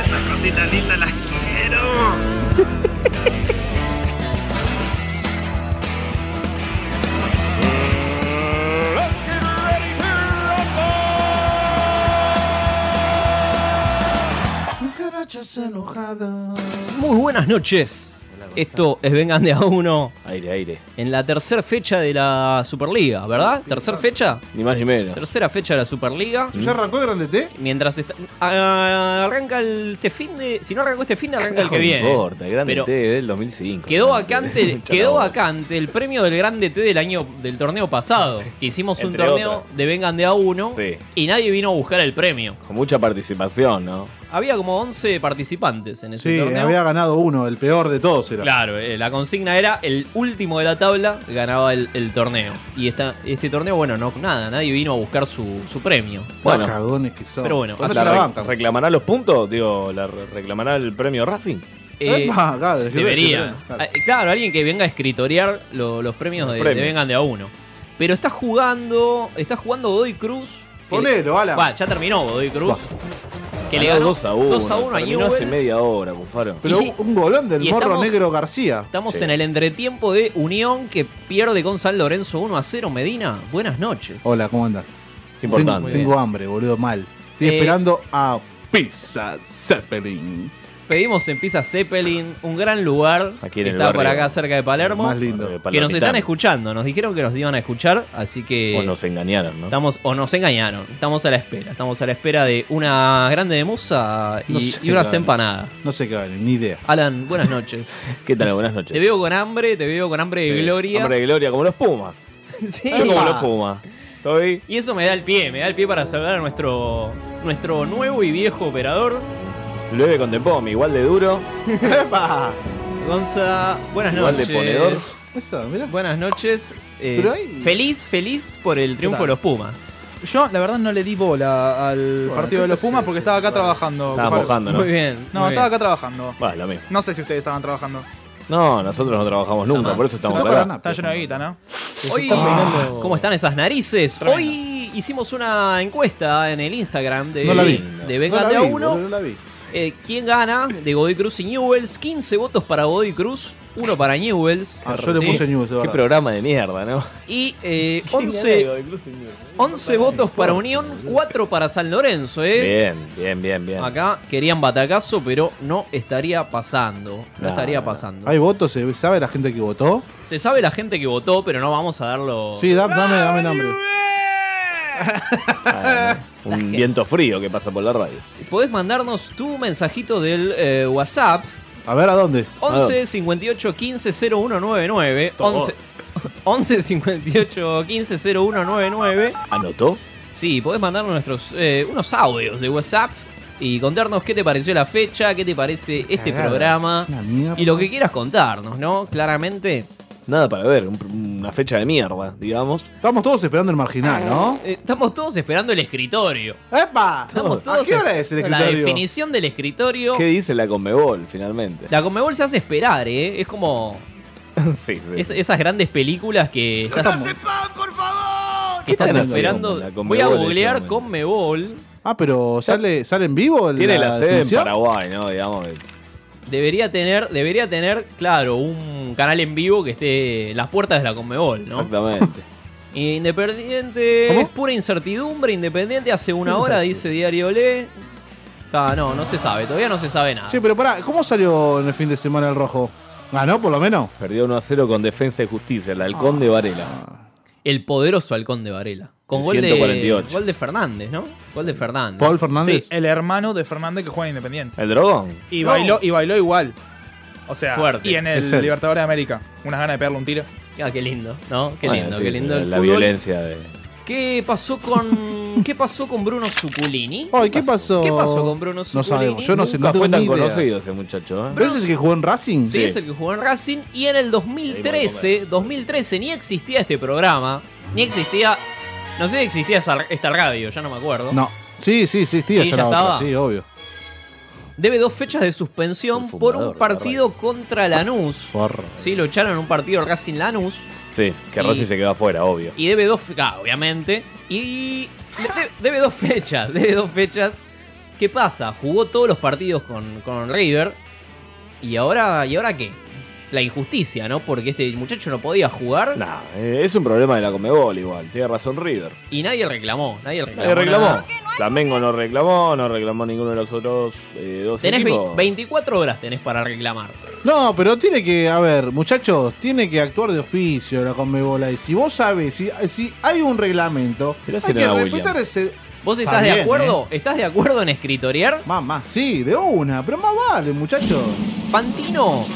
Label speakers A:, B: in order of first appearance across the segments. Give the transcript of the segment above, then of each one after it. A: Esas cositas lindas las quiero.
B: Muy buenas noches. Esto es Vengan de a uno
C: Aire, aire.
B: en la tercera fecha de la Superliga, ¿verdad? ¿Tercer fecha?
C: Ni más ni menos.
B: Tercera fecha de la Superliga.
D: ¿Ya arrancó Grande T?
B: Mientras está, ah, arranca el este fin de. Si no arrancó este fin, arranca el que
C: No
B: viene.
C: importa, el grande
B: Pero
C: T del 2005.
B: Quedó
C: Mucha
B: vacante,
C: la
B: quedó
C: bola.
B: vacante el premio del grande T del año del torneo pasado. Que hicimos un
C: Entre
B: torneo
C: otras.
B: de Vengan de a uno
C: Sí.
B: y nadie vino a buscar el premio.
C: Con mucha participación, ¿no?
B: Había como 11 participantes en ese
D: Sí,
B: torneo.
D: había ganado uno, el peor de todos era.
B: Claro, eh, la consigna era el último de la tabla ganaba el, el torneo. Y esta, este torneo, bueno, no nada, nadie vino a buscar su, su premio.
D: Los
C: Bueno.
D: cagones que son.
B: Pero bueno,
D: Ponete
B: así
D: la
B: soy.
D: banca.
C: ¿Reclamará los puntos? Digo, la re- ¿reclamará el premio Racing?
B: Eh,
D: Epa, Ah, claro, es que-
B: debería.
D: claro.
B: Ah, Claro, alguien que venga a escritorear lo- los premios
C: Los
B: de,
C: premios.
B: de vengan de a uno. Pero está jugando, está jugando Godoy Cruz. que le-
D: Ponelo, ala.
B: Va, ya terminó Godoy Cruz. Que le
C: Ganó
B: ganó
C: 2 a 1.
B: 2 a 1 a
C: Terminó hace
B: Newell's.
C: media hora, Bufaro.
D: Pero
B: Y-
D: un golón del
B: y
D: morro
B: estamos-
D: negro García.
B: Estamos
C: Sí.
B: en el entretiempo de Unión que pierde con San Lorenzo 1 a 0. Medina, buenas noches.
D: Hola, ¿cómo andás?
C: Qué importante.
D: Tengo,
B: bien.
D: tengo hambre, boludo, mal. Estoy
B: Eh,
D: esperando a Pizza Zeppelin.
B: Pedimos en Pizza Zeppelin, un gran lugar
C: Aquí en
B: que
C: el
B: está por
C: barrio.
B: acá cerca de Palermo,
D: Más lindo.
C: Eh,
B: que nos
C: Palermitano.
B: están escuchando. Nos dijeron que nos iban a escuchar, así que
C: O nos engañaron, ¿no?
B: estamos o nos engañaron. Estamos a la espera. Estamos a la espera de una grande de musa y,
D: No sé,
B: y unas
D: Alan.
B: empanadas.
D: No sé qué va a venir, ni idea.
B: Alan, buenas noches.
C: ¿Qué tal? Buenas noches.
B: te veo con hambre, te veo con hambre
C: Sí.
B: de gloria.
C: Hombre de gloria, como los Pumas.
B: Sí.
C: Yo como los Pumas. Estoy.
B: Y eso me da el pie, me da el pie para saludar a nuestro, nuestro nuevo y viejo operador,
C: Leve con Tempomi, igual de duro,
D: ¡Epa!
B: Gonza. Buenas
C: igual de
B: noches.
C: ponedor.
D: Eso, mirá.
B: Buenas noches. Eh,
D: Pero hay-
B: Feliz, feliz por el triunfo de
D: Claro.
B: los Pumas.
E: Yo, la verdad, no le di bola al
D: Bueno,
E: partido de los
D: entonces,
E: Pumas porque
D: sí,
E: estaba acá
D: bueno.
E: trabajando.
C: Estaba
E: Bufalo.
C: mojando, ¿no?
B: Muy bien.
E: No,
B: muy
E: estaba
B: bien.
E: acá trabajando.
C: Bueno, lo mismo.
E: No sé si ustedes estaban trabajando.
C: No, nosotros no trabajamos nunca,
B: Jamás.
C: por eso estamos
D: Se
C: acá.
D: toca
F: Ah,
D: la
E: Está lleno de guita, ¿no?
B: Hoy,
D: Ah.
B: ¿Cómo están esas narices?
E: Tremendo.
B: Hoy hicimos una encuesta en el Instagram de,
D: No la vi.
B: de
D: No
B: Vengan
D: la
B: de a
D: vi,
B: uno.
D: boludo, no la vi.
B: Eh, ¿Quién gana? De Godoy Cruz y Newells. 15 votos para Godoy Cruz, 1 para Newells.
D: Ah, yo le
B: ¿sí?
D: puse news, de
C: Qué
D: verdad.
C: programa de mierda, ¿no?
B: Y eh, 11, 11 votos para Unión, 4 para San Lorenzo, ¿eh?
C: Bien, bien, bien, bien.
B: Acá querían batacazo, pero no estaría pasando. No,
C: No,
B: estaría
C: no.
B: pasando.
D: ¿Hay votos? ¿Se ¿Sabe la gente que votó?
B: Se sabe la gente que votó, pero no vamos a darlo.
D: Sí, da- dame, dame el hambre.
C: Ah, no. Un viento frío que pasa por la radio.
B: Podés mandarnos tu mensajito del eh, WhatsApp.
D: A ver, ¿a dónde?
B: 11 58 15 0199. 11, 11 58 15 0199.
C: ¿Anotó?
B: Sí, podés mandarnos nuestros, eh, unos audios de WhatsApp y contarnos qué te pareció la fecha, qué te parece este
D: Cagada.
B: programa.
D: Una mierda.
B: Y lo que quieras contarnos, ¿no? Claramente.
C: Nada para ver, un- una fecha de mierda, digamos.
D: Estamos todos esperando el marginal, ¿no?
B: Eh, Estamos todos esperando el escritorio.
D: ¡Epa!
B: Estamos todos
D: ¿A qué hora es el
B: La
D: escritorio?
B: definición del escritorio.
C: ¿Qué dice la Conmebol finalmente?
B: La Conmebol se hace esperar, ¿eh? Es como
C: sí, sí.
B: es- esas grandes películas que estás, que
C: ¿Qué
B: estás
C: están haciendo
B: esperando.
C: la
B: Voy
C: Conmebol
B: a
C: en este
B: googlear
C: momento?
B: Conmebol.
D: Ah, pero sale, sale en vivo el
C: Tiene la, sede en
D: definición?
C: Paraguay, ¿no? Digamos. que-
B: Debería tener, debería tener, claro, un canal en vivo que esté en las puertas de la Conmebol, ¿no?
C: Exactamente.
B: Independiente
D: ¿Cómo?
B: es pura incertidumbre. Independiente hace una hora, dice Diario Le. Ah, no, no se sabe, todavía no se sabe nada.
D: Che, pero pará, ¿cómo salió en el fin de semana el rojo? ¿Ganó por lo menos?
C: Perdió 1 a 0 con Defensa y Justicia, el halcón de Varela.
D: Ah.
B: El poderoso halcón de Varela. Con
C: El
B: gol de,
C: 148.
B: gol de Fernández, ¿no? Gol de Fernández.
D: Paul Fernández.
E: Sí, el hermano de Fernández que juega en Independiente.
C: ¿El dragón?
E: Y bailó, y bailó igual. O sea,
B: Fuerte.
E: y en
D: Es
E: el
D: él.
E: Libertadores de América. Unas ganas de pegarle un tiro.
B: Ah, qué lindo, ¿no? Qué
C: Bueno,
B: lindo,
C: sí,
B: qué lindo
C: La,
B: el
C: la
B: fútbol.
C: violencia de.
B: ¿Qué pasó con Mm, ¿Qué pasó con Bruno Zuculini?
D: Ay, ¿qué pasó?
B: ¿Qué pasó con Bruno
D: No
B: Zuculini?
D: sabemos, yo no sé,
C: Nunca
D: no tengo
C: fue tan
D: ni idea.
C: conocido ese muchacho, ¿eh?
D: ¿Pero ese es el que jugó en Racing?
B: Sí,
C: Sí.
B: es el que jugó en Racing y en el 2013, 2013 ni existía este programa, ni existía, no sé si existía esa- esta radio, ya no me acuerdo.
D: No. Sí, sí, sí, tía,
B: Sí,
D: ya
B: ya
D: la otra,
B: estaba.
D: sí, obvio.
B: Debe dos fechas de suspensión
C: El
B: por
C: fumador
B: un
C: de la
B: partido contra Lanús. Sí, lo echaron en un partido Racing Lanús
C: Sí, que Rossi
B: Y-
C: se quedó afuera, obvio.
B: y debe dos, fe- ah, obviamente, y le- de- debe dos fechas, debe dos fechas. ¿Qué pasa? Jugó todos los partidos con, con River y ahora, ¿y ahora qué? La injusticia, ¿no? Porque este muchacho no podía jugar.
C: Nah, eh, es un problema de la Comebol igual, tiene razón River.
B: Y nadie reclamó, nadie reclamó.
C: Nadie reclamó.
B: nada.
C: Flamengo no reclamó, no reclamó ninguno de los otros eh, dos
B: Tenés
C: equipos.
B: vei- 24 horas tenés para reclamar.
D: No, pero tiene que, a ver, muchachos, tiene que actuar de oficio la Conmebola. Y si vos sabés, si, si hay un reglamento,
C: Pero ese
D: hay
C: no
D: que
C: era
D: respetar
C: William.
D: ese. ¿eh?
B: ¿Vos
D: Está
B: estás de
D: bien,
B: acuerdo? ¿Estás de acuerdo en escritorear?
D: Más, más. Sí, de una, pero más vale, muchachos.
B: Fantino.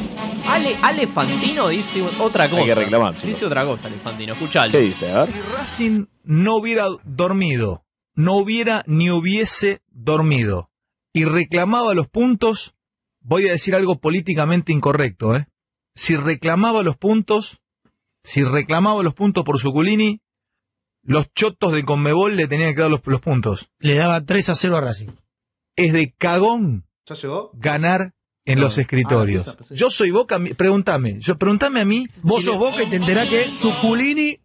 B: Ale, Ale Fantino dice otra cosa.
C: que reclamar, chicos.
B: Dice otra cosa, Ale Fantino. Escuchalo.
C: ¿Qué dice? A ver.
G: Si Racing no hubiera dormido, no hubiera ni hubiese dormido y reclamaba los puntos, voy a decir algo políticamente incorrecto, ¿eh? Si reclamaba los puntos, si reclamaba los puntos por Suculini, los chotos de Conmebol le tenían que dar los, los puntos.
H: Le daba 3 a 0 a Racing.
G: Es de cagón
D: ¿Ya llegó?
G: ganar en
D: No.
G: los escritorios.
D: Ah, pensé-
G: Yo soy Boca, mi- pregúntame, yo pregúntame a mí.
H: Vos
G: si
H: sos
G: le-
H: Boca y te enterás que Suculini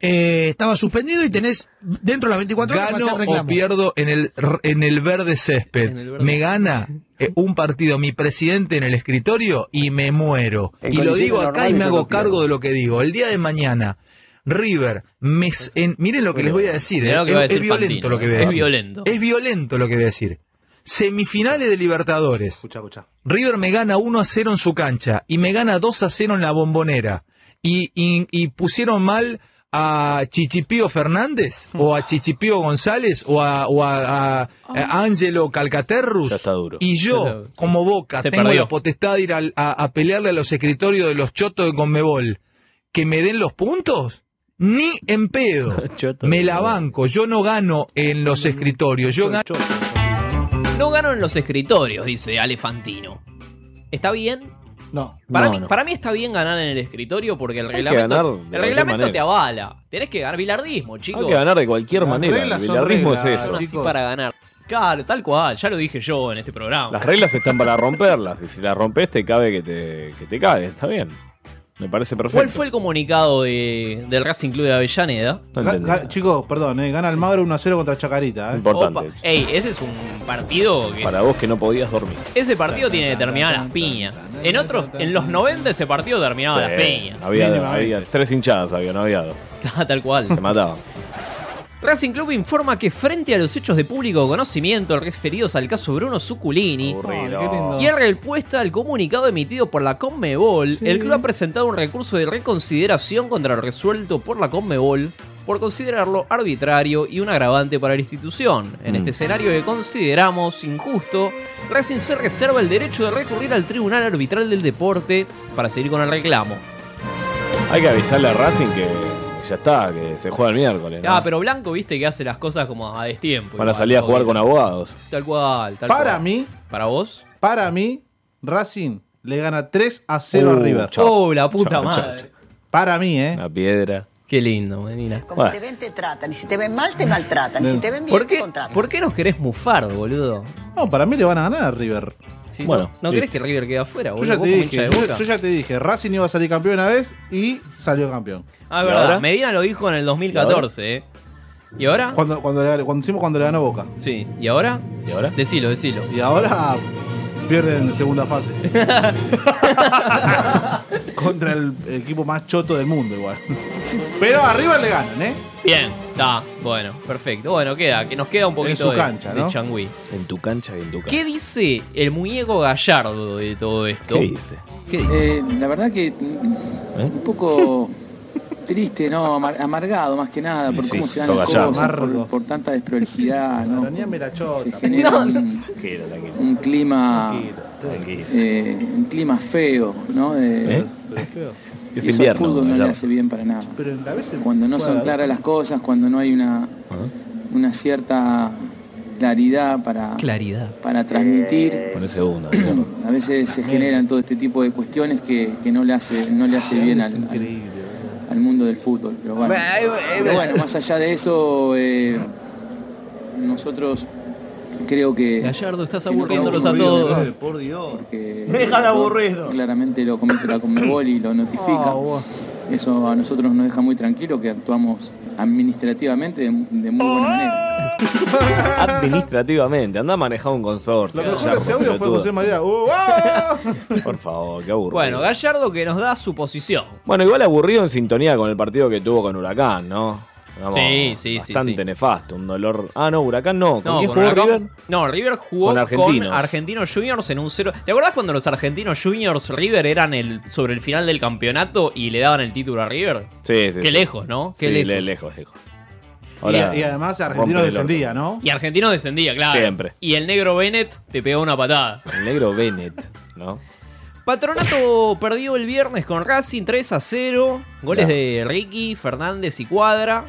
H: eh, estaba suspendido y tenés dentro de las 24 horas para
G: gano
H: hacer
G: o
H: reclamo.
G: pierdo en el r- en el verde césped.
B: En el verde
G: me
B: césped.
G: gana eh, un partido mi presidente en el escritorio y me muero. y lo digo acá y me hago cargo de lo que digo. El día de mañana River, me s- en- miren lo que les voy a decir. eh.
B: Mirá lo que
G: Es,
B: va a
G: es
B: decir
G: violento
B: Fantino, eh.
G: lo que voy a
B: es
G: decir.
B: violento.
G: Es violento lo que voy a decir. Semifinales de Libertadores.
D: Escucha, escucha.
G: River me gana 1 a 0 en su cancha y me gana 2 a 0 en la bombonera. Y, y- y pusieron mal a Chichipío Fernández o a Chichipío González o a, o a- a- a Ángelo Calcaterrus.
C: Ah. Ya está duro.
G: Y yo,
B: Se-
G: como Boca,
B: se
G: tengo
B: perdió.
G: la potestad de ir al- a, a pelearle a los escritorios de los chotos de Conmebol. ¿Que me den los puntos? Ni en pedo.
C: Choto.
G: Me la banco. Yo no gano en los escritorios. Yo gano...
B: No ganó en los escritorios, dice Ale Fantino. ¿Está bien?
D: No.
B: Para,
C: No,
B: mí,
C: no.
B: para mí está bien ganar en el escritorio porque el
C: Hay que
B: reglamento,
C: ganar de
B: el
C: cualquier
B: reglamento
C: manera.
B: te avala. Tenés que ganar bilardismo, chicos.
C: Hay que ganar de cualquier
D: Las
C: manera.
D: reglas
C: El
D: son
C: bilardismo es
D: reglas,
C: eso.
B: Son así
D: chicos.
B: para ganar. Claro, tal cual, ya lo dije yo en este programa.
C: Las reglas están para romperlas. Y si las rompes, te cabe que te, que te cague. Está bien. Me parece perfecto.
B: ¿Cuál fue el comunicado de- del Racing Club de Avellaneda?
C: No
D: Ga-
C: entendí
D: ga-
C: nada.
D: chicos, perdón, eh, gana Almagro 1 a 0 contra Chacarita. Eh.
C: Importante.
B: Opa, Ey, ese es un partido que.
C: Para vos que no podías dormir.
B: Ese partido tiene determinadas las piñas. En otros, en los 90 ese partido terminaba las
C: Sí,
B: piñas.
C: Había,
D: Mínimamente.
C: había tres hinchadas, había, no había dos.
B: Ah, Tal cual.
C: Se mataban.
B: Racing Club informa que frente a los hechos de público conocimiento referidos al caso Bruno Zuculini,
C: Aburrido.
D: qué lindo.
B: Y en respuesta al comunicado emitido por la Conmebol, el club ha presentado un recurso de reconsideración contra el resuelto por la Conmebol por considerarlo arbitrario y un agravante para la institución. En
C: Mm.
B: este escenario que consideramos injusto, Racing se reserva el derecho de recurrir al Tribunal Arbitral del Deporte para seguir con el reclamo.
C: Hay que avisarle a Racing que ya está, que se juega el miércoles. ¿no?
B: Ah, pero Blanco viste que hace las cosas como a destiempo.
C: Van a
B: igual,
C: salir a
B: ¿no?
C: jugar con abogados.
B: Tal cual, tal
D: Para
B: cual.
D: mí,
B: ¿Para vos?
D: para mí, Racing le gana 3 a 0 a
C: Uh,
D: River.
C: Chao.
B: Oh, la puta
C: Chao,
B: madre.
C: chao,
D: Para mí, ¿eh?
C: Una piedra.
B: Qué lindo, Menina.
I: Como
C: Bueno.
I: te ven, te tratan. Y si te ven mal, te maltratan. Y si te ven bien,
B: ¿Por
I: te
B: qué,
I: contratan.
B: ¿Por qué nos querés mufar, boludo?
D: No, para mí le van a ganar a River.
B: Si
C: Bueno,
B: no, ¿no crees
C: listo.
B: que River queda afuera,
D: Yo
B: boludo?
D: ya te
B: Vos como hincha
D: dije,
B: de
D: yo,
B: Boca.
D: yo ya te dije, Racing iba a salir campeón una vez y salió campeón.
B: Ah,
C: ¿Y
B: es verdad.
C: ahora?
B: Medina lo dijo en el 2014, ¿eh? ¿Y ahora?
D: Cuando, cuando, le, cuando hicimos cuando le ganó Boca.
B: Sí. ¿Y ahora?
C: ¿Y ahora?
B: Decilo, decilo.
D: Y ahora pierden en segunda fase. Contra el equipo más choto del mundo igual. Pero a River le ganan, ¿eh?
B: Bien, está. Bueno, perfecto. Bueno, queda, que nos queda un poquito
D: su
B: de,
D: cancha,
B: de
D: ¿no?
B: changüí.
C: En tu cancha y en tu cancha.
B: ¿Qué dice el muñeco gallardo de todo esto?
C: ¿Qué dice?
B: ¿Qué dice?
J: Eh, la verdad que
C: ¿Eh?
J: un poco triste, ¿no? Amar- amargado más que nada por
C: Sí,
J: cómo se dan
C: todo
J: las
C: allá.
J: cosas,
D: Amargo.
J: por, por tanta desprolijidad, ¿no?
D: Arañame la
J: Se
D: chota.
J: genera un,
C: Tranquilo, tranquilo.
J: un clima
C: tranquilo.
J: eh, un clima feo, ¿no? De,
C: ¿Eh?
D: Pero feo.
J: y
C: Es
J: eso al
C: invierno.
J: fútbol no le
C: Gallardo.
J: hace bien para nada.
D: Pero en la vez en
J: Cuando no son
D: cuadra-
C: ¿Ah?
J: claras las cosas, cuando no hay una una cierta claridad para,
B: Claridad.
J: para
B: Eh,
J: transmitir.
C: Con ese uno.
J: A veces se generan todo este tipo de cuestiones que, que no le hace, no le hace bien al, al- al mundo del fútbol. Pero bueno, Pero bueno, más allá de eso, eh, nosotros creo que...
B: Gallardo, estás
J: que no
B: aburriéndolos a
J: podemos
D: eh,
J: vivir de
B: todos.
J: más,
K: Por Dios.
J: porque
K: Deja de aburrirnos.
J: Claramente lo comete la Conmebol y lo notifica. Eso a nosotros nos deja muy tranquilo que actuamos administrativamente de, de muy buena manera.
C: Administrativamente, anda a manejar un consorcio.
D: Lo que mejor
C: Gallardo,
D: de ese audio fue
C: pelotudo.
D: José María. ¡Uh, ah!
C: Por favor, qué aburrido.
B: Bueno, Gallardo que nos da su posición.
C: Bueno, igual aburrido en sintonía con el partido que tuvo con Huracán, ¿no? Digamos,
B: Sí, sí, sí,
C: Bastante
B: sí.
C: nefasto, un dolor. Ah, no, Huracán no. ¿Con
B: No,
C: quién
B: con
C: jugó
B: Huracán-
C: River?
B: No, River jugó
C: Con
B: con Argentinos.
C: Argentinos.
B: Juniors en un 0. ¿Te acordás cuando los Argentinos Juniors River eran el, sobre el final del campeonato y le daban el título a River?
C: Sí, sí.
B: Qué
C: sí.
B: lejos, ¿no? Qué
C: sí,
B: lejos.
C: le- lejos, lejos.
D: y, y además Argentino
C: rompe el
D: descendía, ¿no?
B: Y Argentinos descendía, claro.
C: Siempre.
B: Y el negro Bennett te pegó una patada.
C: El negro Bennett, ¿no?
B: Patronato perdió el viernes con Racing 3 a 0. Goles
C: Ya.
B: de Ricky, Fernández y Cuadra.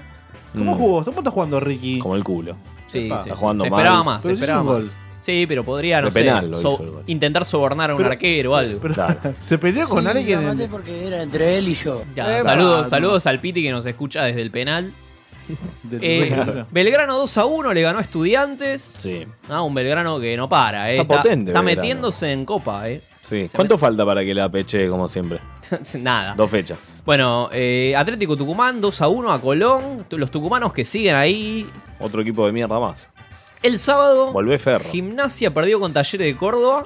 D: ¿Cómo
C: Mm,
D: jugó? ¿Cómo está jugando Ricky?
C: Como el culo.
B: Sí,
D: Epa.
B: sí,
C: Está
B: sí.
C: jugando
B: se
C: mal.
B: esperaba más, se
D: Pero hizo
B: esperaba
D: un gol.
B: más. Sí, pero podría, no
C: De
B: sé,
C: penal lo
B: so-
C: hizo el gol.
B: intentar sobornar a un
D: Pero-
B: arquero o algo.
C: Claro.
D: Se peleó con alguien en el-
K: porque era entre él y yo.
B: Ya,
D: Eh,
B: saludos,
D: va,
B: saludos al Piti que nos escucha desde el penal.
D: del-
B: Eh,
D: Claro.
B: Belgrano 2 a 1 le ganó a Estudiantes.
C: Sí,
B: Ah, un Belgrano que no para, eh.
C: Está potente Belgrano.
B: metiéndose en copa, eh.
C: sí. ¿Cuánto falta para que la peche como siempre?
B: Nada.
C: Dos fechas.
B: Bueno, eh, Atlético Tucumán 2 a 1 a Colón. Tu- Los tucumanos que siguen ahí.
C: Otro equipo de mierda más.
B: El sábado,
C: Volvé Ferro.
B: Gimnasia perdió con Talleres de Córdoba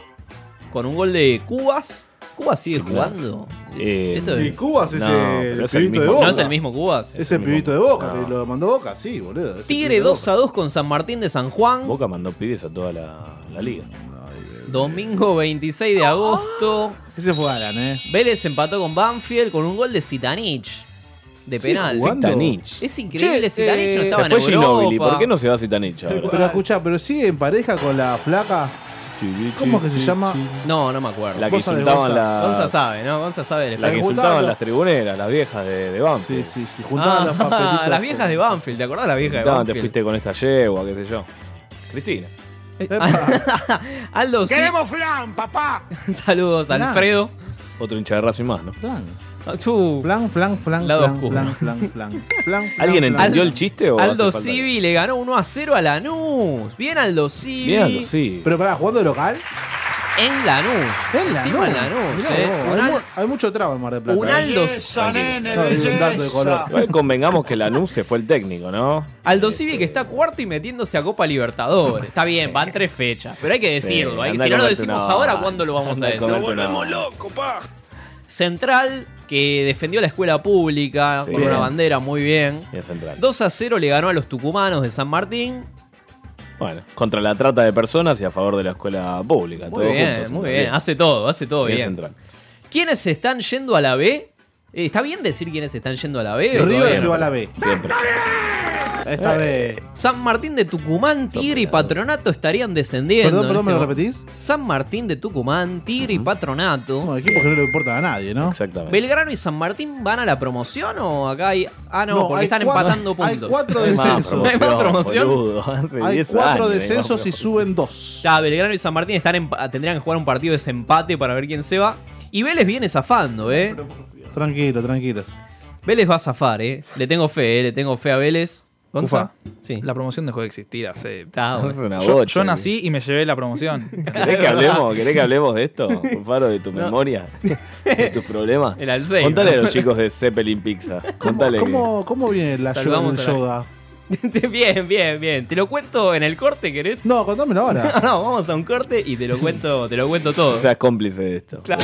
B: con un gol de Cubas. ¿Cubas sigue jugando?
C: Eh,
B: Esto
D: Y
B: es-
D: Cubas es
C: No,
D: ese
C: pero es el
D: pibito de
C: mismo.
D: Boca.
B: ¿No es el mismo Cubas?
D: Ese pibito de Boca,
C: No.
D: que lo mandó Boca, sí, boludo. ese
B: Tigre
D: pibito de
B: 2 a 2 con San Martín de San Juan.
C: Boca mandó pibes a toda la, la liga.
B: Domingo 26 de agosto.
D: Boca. Ese fue Alan, ¿eh?
B: Vélez empató con Banfield con un gol de Sitanich. De penal.
D: jugando.
C: Tanich.
B: Es increíble,
D: Che,
B: Sitanich no
D: eh,
B: estaba
C: Se
B: en
C: fue
B: Europa.
C: Ginobili. ¿Por qué no se va Sitanich ahora?
D: Pero escuchá, pero sigue en pareja con la flaca. ¿Cómo que se llama?
B: No, no me acuerdo.
C: La que
D: Vos sabés,
C: insultaban
D: Gonza.
B: Gonza
C: las.
B: sabe, ¿no? Gonza sabe del
C: La que
B: español.
C: insultaban las tribuneras, las viejas de, de
D: Sí,
C: Banfield.
D: sí, sí. Juntaban
B: Ah,
D: las papelitas.
B: las viejas de Banfield, ¿te acordás de la vieja de
C: Insultaban, te
B: Banfield?
C: fuiste con esta yegua, qué sé yo. Cristina.
B: Aldo, sí,
K: ¡Queremos flan, papá!
B: saludos,
D: Claro.
B: Alfredo.
C: Otro hincha de Racing más, ¿no?
D: Flan,
B: Achú.
D: flan, flan, flan,
B: Lado
D: flan,
B: oscuro.
D: flan, flan, flan, flan,
C: ¿Alguien
D: flan,
C: entendió
D: flan.
C: el chiste o
B: Aldo
C: hace falta que-
B: Civi le ganó 1 a 0 a Lanús. Bien Aldo Civi.
C: Bien, Aldo Civi.
D: Pero pará, ¿jugando de local?
B: En Lanús. Encima en Lanús,
D: Mirá
B: eh.
D: vos,
B: Un
D: hay,
B: Al-
D: mu- hay mucho traba en Mar del Plata.
B: un
D: ¿eh?
B: Aldo
D: No, es un dato de color.
C: Igual convengamos que Lanús se fue el técnico, ¿no?
B: Aldo Civi que está cuarto y metiéndose a Copa Libertadores. Está bien, van tres fechas. Pero hay que decirlo. hay que-
C: anda
B: si no
C: a
B: lo
C: comerte
B: decimos
C: una
B: ahora,
C: banda.
B: ¿cuándo lo vamos a
C: Anda a
B: decir?
C: comer-
A: Volvemos locos, pa.
B: Central, que defendió la escuela pública
C: Sí.
B: con una bandera muy bien.
C: Y a Central.
B: 2 a 0 le ganó a los tucumanos de San Martín.
C: Bueno, contra la trata de personas y a favor de la escuela pública.
B: Muy
C: todos
B: bien,
C: juntos,
B: muy
C: Central.
B: bien. Hace todo, hace todo
C: Y a
B: bien.
C: Central.
B: ¿Quiénes están yendo a la B? Eh, ¿Está bien decir quiénes están yendo a la B?
C: Sí,
B: ¿O
D: River
B: todavía
D: se
B: no? Eh,
D: va a la B.
C: Siempre.
D: Esta vez.
B: San Martín de Tucumán, Tigre y Patronato estarían descendiendo.
D: Perdón,
B: en
D: perdón, ¿me
B: este
D: lo
B: momento.
D: repetís?
B: San Martín de Tucumán, Tigre y Patronato.
D: Como equipos que no le importan a nadie, ¿no?
C: Exactamente.
B: ¿Belgrano y San Martín van a la promoción o acá hay.? Ah, no, porque
D: hay
B: están
D: cuatro-
B: empatando
D: Hay
B: puntos.
D: cuatro
C: No hay más
D: descensos.
B: ¿Hay más promoción?
C: boludo. Hace
D: Hay
C: 10
D: cuatro
C: años,
D: descensos y
C: digamos.
D: suben dos.
B: Ya, Belgrano y San Martín están empa- tendrían que jugar un partido de desempate para ver quién se va. Y Vélez viene zafando, ¿eh?
D: Tranquilo, tranquilos.
B: Vélez va a zafar, ¿eh? Le tengo fe, ¿eh? Le tengo fe a Vélez.
E: Ufa.
B: Sí.
E: La promoción dejó de existir hace.
B: Está,
C: Es una
E: Yo,
C: bocha, ¿eh?
E: yo nací y me llevé la promoción.
C: ¿Querés que hablemos, querés que hablemos de esto? Faro, de tu memoria, de tus problemas.
B: El Alzheimer.
C: Contale a los chicos de Zeppelin Pizza. Contale. que-
D: ¿Cómo, ¿Cómo viene la
B: Saludamos
D: yoga?
B: a la-
D: yoga?
B: bien, bien, bien. Te lo cuento en el corte, ¿querés?
D: No, contámelo
B: No,
D: ahora.
B: no, vamos a un corte y te lo cuento, te lo cuento todo.
C: No seas cómplice de esto.
B: Claro.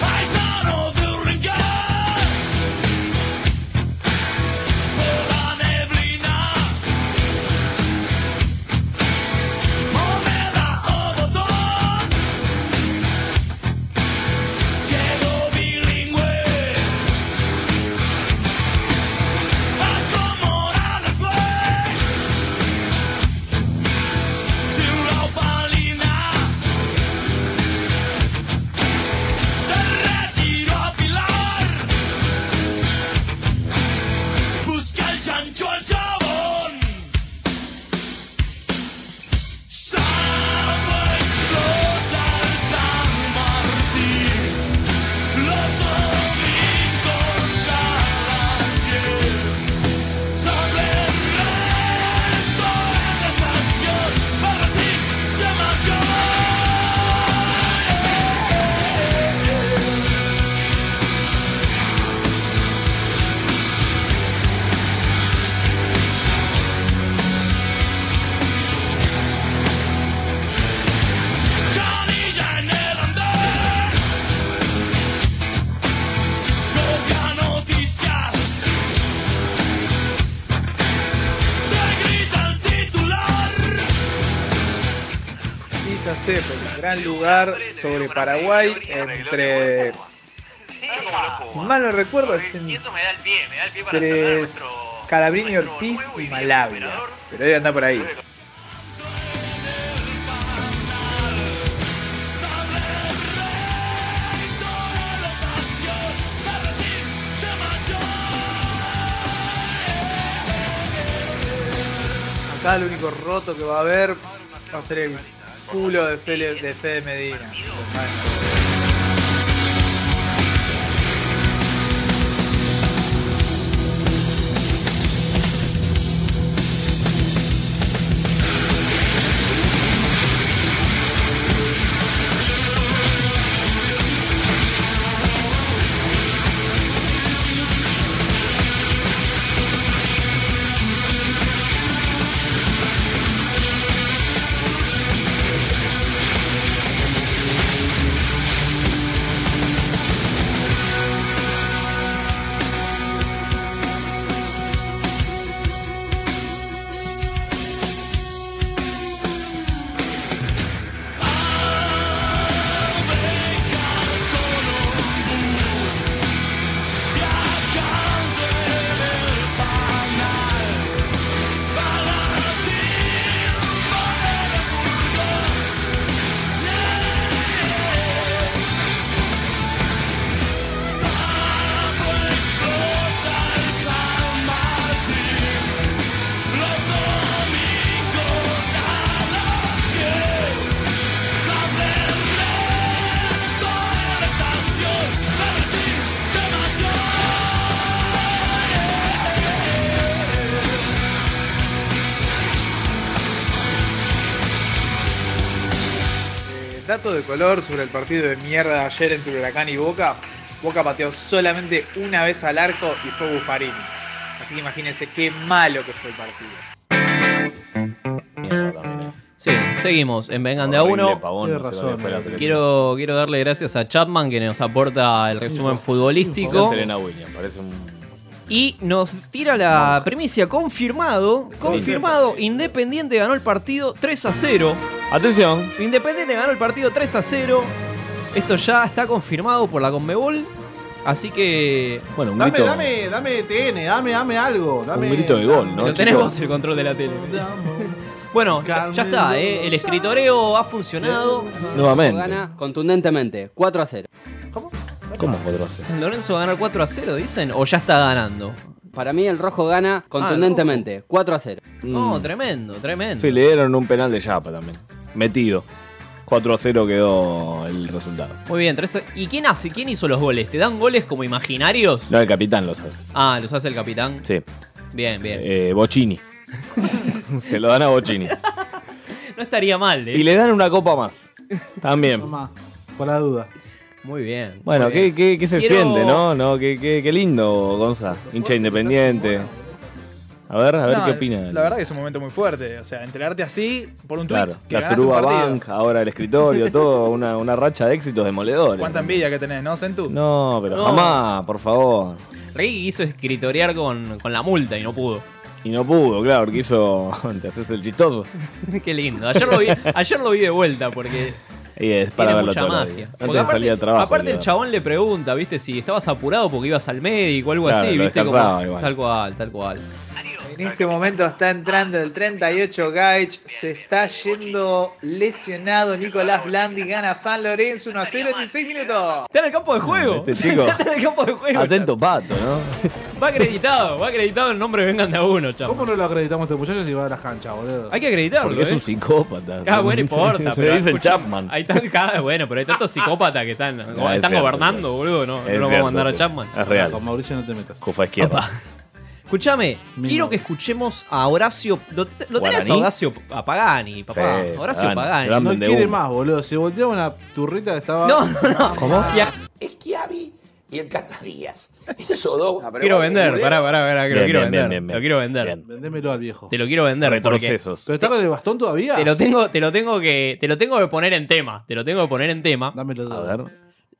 K: Paisano de un rincón Por la neblina Moneda o botón
F: Zeppelin, gran lugar sobre Paraguay entre. Si mal no recuerdo, es en- entre Calabrini Ortiz y Malavia. Pero debe andar por ahí. Acá el único roto que va a haber va a ser el culo de Fede, de Fede Medina. Lo saben. Dato de color sobre el partido de mierda de ayer entre Huracán y Boca. Boca pateó solamente una vez al arco y fue Buffarini. Así que imagínense qué malo que fue el partido.
B: Sí, seguimos en Vengan de a
C: Horrible
B: uno.
C: pavón, no sé Tiene dónde razón, fue
D: eh.
C: la selección.
B: quiero, quiero darle gracias a Chapman que nos aporta el resumen futbolístico.
C: Serena Williams, parece un.
B: Y nos tira la primicia, confirmado, confirmado, Independiente ganó el partido 3 a 0.
C: Atención.
B: Independiente ganó el partido 3 a 0. Esto ya está confirmado por la Conmebol. Así que...
C: Bueno, un
D: Dame, dame, dame TN, dame, dame algo. Dame,
C: gol, ¿no,
B: Lo
C: chicos?
B: tenemos el control de la tele. Bueno, ya ya está, ¿eh? el escritoreo ha funcionado.
C: Nuevamente.
L: Gana contundentemente, 4 a 0.
C: ¿Cómo podrá ser?
B: San Lorenzo va a ganar 4 a 0, dicen, o ya está ganando. Ah,
L: Para mí el rojo gana contundentemente, 4 a 0.
B: No, tremendo, tremendo.
C: Mm. Sí, le dieron un penal de Yapa también. Metido. 4 a 0 quedó el resultado.
B: Muy bien, tres a- ¿y quién hace? ¿Quién hizo los goles? ¿Te dan goles como imaginarios?
C: No, el capitán los hace.
B: Ah, los hace el capitán.
C: Sí.
B: Bien, bien.
C: Eh, Bocini. Se lo dan a Bocini.
B: No estaría mal, ¿eh?
C: Y le dan una copa más. También.
D: Por la duda.
B: Muy bien.
C: Bueno,
B: muy
C: qué,
B: bien.
C: qué- qué se
B: Quiero-
C: siente, ¿no? no qué, qué- qué lindo, Gonza. Hincha independiente. A ver, a ver
E: No,
C: qué opinan.
E: La verdad que es un momento muy fuerte. O sea, enterarte así por un tweet.
C: Claro,
E: que
C: la
E: ganaste
C: Suruba
E: un partido.
C: Bank, ahora el escritorio, todo, una, una racha de éxitos demoledores.
E: Cuánta envidia que tenés, ¿no, Centu?
C: No, pero
E: No.
C: jamás, por favor.
B: Rey hizo escritorear con, con la multa y no pudo.
C: Y no pudo, claro, porque hizo. Te haces el chistoso.
B: qué lindo. Ayer lo, vi, ayer lo vi de vuelta porque
C: Y es para
B: tiene
C: verlo
B: mucha
C: todo.
B: magia.
C: Antes
B: Porque
C: de salir al trabajo.
B: aparte el
C: claro.
B: chabón le pregunta, ¿viste? Si estabas apurado porque ibas al médico o algo
C: Claro,
B: así,
C: lo
B: ¿viste? Como-
C: descansaba igual.
B: tal cual, tal cual.
F: En este momento está entrando el 38 Gaich, se está yendo lesionado Nicolás Blandi, gana San Lorenzo 1 a 0 en 16 minutos.
B: Está en el campo de juego.
C: Este chico.
B: Está en el campo de juego.
C: Atento pato, ¿no?
B: Va acreditado, va acreditado el nombre Vengan de a uno, chaval.
D: ¿Cómo no lo acreditamos a este muchacho si va a las canchas, boludo?
B: Hay que acreditarlo.
C: Porque es
B: ¿eh?
C: un psicópata.
B: Ah, bueno, importa.
C: Se
B: pero
C: le dicen
B: escucha,
C: Chapman.
B: Hay tan- cada- bueno, pero hay tantos psicópatas que están,
C: es
B: están
C: cierto,
B: gobernando,
C: es
B: boludo. No, no
C: Es
B: lo vamos a
C: cierto,
B: mandar a
C: sí.
B: Chapman.
C: Es real.
D: Con Mauricio no te metas.
C: Cufa izquierda.
B: Escuchame, quiero que escuchemos a Horacio. ¿Lo, te- lo tenés
D: ¿Guaraní?
B: a Horacio a Pagani, papá?
D: Sí,
B: Horacio
D: Pagani,
B: Pagani.
D: No quiere más, boludo. Se volteaba una turrita que estaba.
B: No, no, no.
D: ¿Cómo?
B: Y a-
M: Esquiavi y el Catadías. Esos dos.
B: Quiero vender, pará, pará, pará, que lo
D: Bien,
B: quiero
D: bien,
B: vender.
D: bien, bien, bien.
B: Lo quiero vender.
D: Vendémelo al viejo.
B: Te lo quiero vender. porque
D: Retrocesos. ¿Pero está con el bastón todavía?
B: Te lo tengo, te lo tengo que. Te lo tengo que poner en tema. Te lo tengo que poner en tema.
D: Dámelo
C: A ver.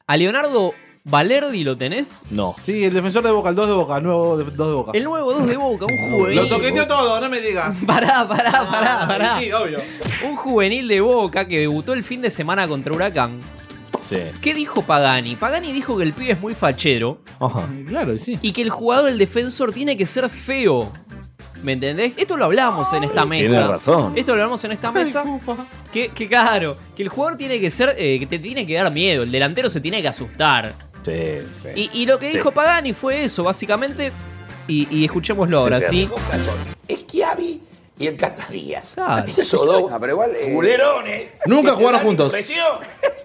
B: A Leonardo ¿Valerdi lo tenés?
C: No.
D: Sí, el defensor de Boca, el 2 de Boca, el nuevo 2 de Boca.
B: El nuevo 2 de Boca, un juvenil.
D: Lo toqueteó todo, no me digas. Ah,
B: Pará, pará, pará, pará.
D: Sí, obvio.
B: Un juvenil de Boca que debutó el fin de semana contra Huracán.
C: Sí.
B: ¿Qué dijo Pagani? Pagani dijo que el pibe es muy fachero.
D: Eh, Claro, sí.
B: Y que el jugador, el defensor, tiene que ser feo. ¿Me entendés? Esto lo hablamos en esta
C: Tiene
B: mesa.
C: razón.
B: Esto lo hablamos en esta mesa. que, que claro, que el jugador tiene que ser, eh, que te tiene que dar miedo, el delantero se tiene que asustar.
C: Sí, sí.
B: Y, y lo que
C: Sí.
B: dijo Pagani fue eso, básicamente. Y, y escuchémoslo ahora,
M: Es
B: ¿sí?
M: cierto. Boca son Esquiavi y el Catarías.
B: Claro.
M: Esos dos
N: pero igual, eh,
M: culerones. que
D: Nunca
M: te
D: jugaron
M: dan
D: juntos.
M: impresión.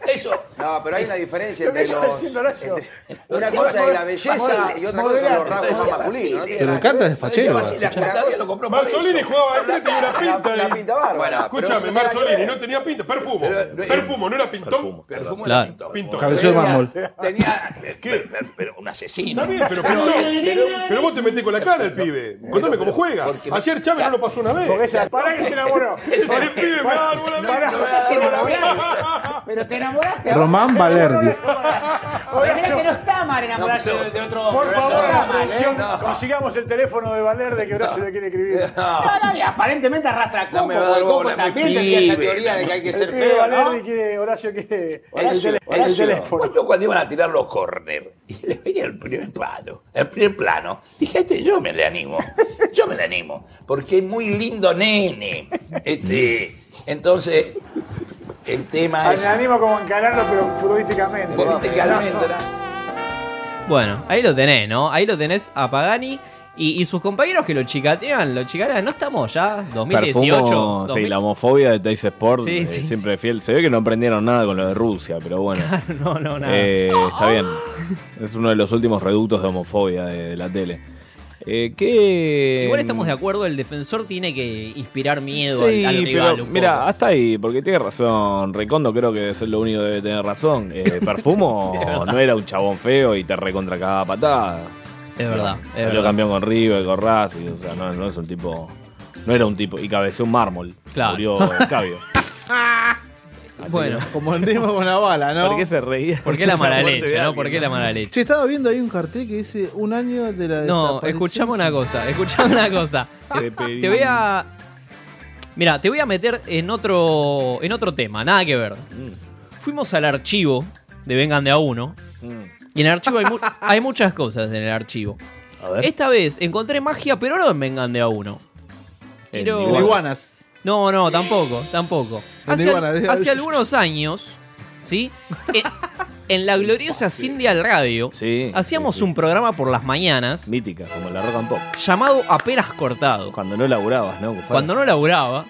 M: Eso.
N: No, pero hay una diferencia
M: Lo que
N: entre
M: estaba
N: los.
M: diciendo Horacio.
N: entre- una cosa es la belleza y otra cosa son los rasgos más masculinos. ¿no? Tiene
D: Pero
N: nada
D: el
N: que
D: Cata
N: ver.
D: es fachero.
N: Una cosa-
D: La
M: lo compró
O: Marzolini jugaba al Atleti y una pinta.
N: La
O: y-
N: pinta bárbara. pero
O: Escúchame,
N: no tiene nada que
O: Marzolini
N: ver.
O: no tenía pinta. Perfumo. perfumo, ¿no era pintón? Perfumo
B: Claro.
O: Pintón.
D: Cabezó de mármol.
M: Tenía. Pero, pero un asesino.
O: Está bien, pero, pintón. Pero- pero vos te metés con la cara el pibe. Contame cómo juega. Ayer Chávez no lo pasó una vez.
M: Porque esa-
O: Pará que se enamoró. El pibe me da bola, me
M: Pará,
O: da bola.
M: pará, se enamoró. Pero te enamoraste.
D: Román Valerdi.
M: Pero mirá que no está mal enamorarse
P: No,
M: de- de otro.
P: Por
M: de
P: favor,
M: otro
P: la
M: mal, ¿eh?
P: producción,
M: No.
P: consigamos el teléfono de Valerde que Horacio le quiere escribir.
M: No, no, y aparentemente arrastra a Coco,
P: me va a dar
M: porque Coco
P: bola,
M: también
P: muy
M: tenía esa
P: pibe.
M: teoría de que hay que
P: El
M: ser
P: pibe
M: feo, ¿no?
P: Valerdi quiere, Horacio quiere
M: Horacio,
P: el, tele- el
M: Horacio.
P: teléfono.
N: Yo cuando iban a tirar los córner y les veía el primer plano, el primer plano, dije, este, yo me le animo, yo me le animo, porque es muy lindo nene. Este, entonces, el tema es...
P: Ah, Me animo como a encararlo, pero futbolísticamente.
N: Futbolísticamente,
P: ¿no?
B: Bueno, ahí lo tenés, ¿no? Ahí lo tenés a Pagani. Y, y sus compañeros que lo chicatean, lo chicatean. No estamos ya, 2018.
C: Perfumo,
B: 2000.
C: sí, la homofobia de Tays Sport,
B: Sí,
C: eh,
B: sí,
C: siempre fiel. Se ve que no aprendieron nada con lo de Rusia, pero bueno.
B: No, no, nada.
C: Eh, está bien. Es uno de los últimos reductos de homofobia de, de la tele. Eh, ¿Qué.
B: Igual estamos de acuerdo, el defensor tiene que inspirar miedo
C: Sí,
B: al, al rival.
C: pero
B: un poco.
C: mira, hasta ahí, porque tiene razón. Recondo creo que es lo único que debe tener razón. Eh, Perfumo
B: Sí, es verdad.
C: no era un chabón feo y te recontra cagaba patadas.
B: Es verdad, es
C: Salió
B: verdad.
C: campeón con River, con Racing, o sea, no, no es un tipo... No era un tipo, y cabeceó un mármol.
B: Claro.
C: Murió Cabio.
B: Bueno.
D: Como andemos con la bala, ¿no?
C: ¿Por qué se reía?
B: ¿Por qué la mala leche, no? ¿Por qué la mala leche?
D: Che, estaba viendo ahí un cartel que dice un año de la
B: No,
D: desaparición.
B: escuchame una cosa, escuchame una cosa.
C: Se pedí-
B: Te voy a. Mira, te voy a meter en otro. en otro tema, nada que ver.
C: Mm.
B: Fuimos al archivo de Vengan de a uno. Y en el archivo hay, mu- hay muchas cosas en el archivo. Esta vez encontré magia, pero no en Vengan de a uno.
D: En iguanas.
B: No, no, tampoco, tampoco.
D: En
B: Hace,
D: iguanas,
B: al-
D: de-
B: hace algunos años, ¿sí? En, en la gloriosa Cindy al radio, hacíamos un programa por las mañanas.
C: Mítica, como la rock and pop.
B: Llamado Aperas Cortado.
C: Cuando no laburabas, ¿no?
B: Cuando no laburaba.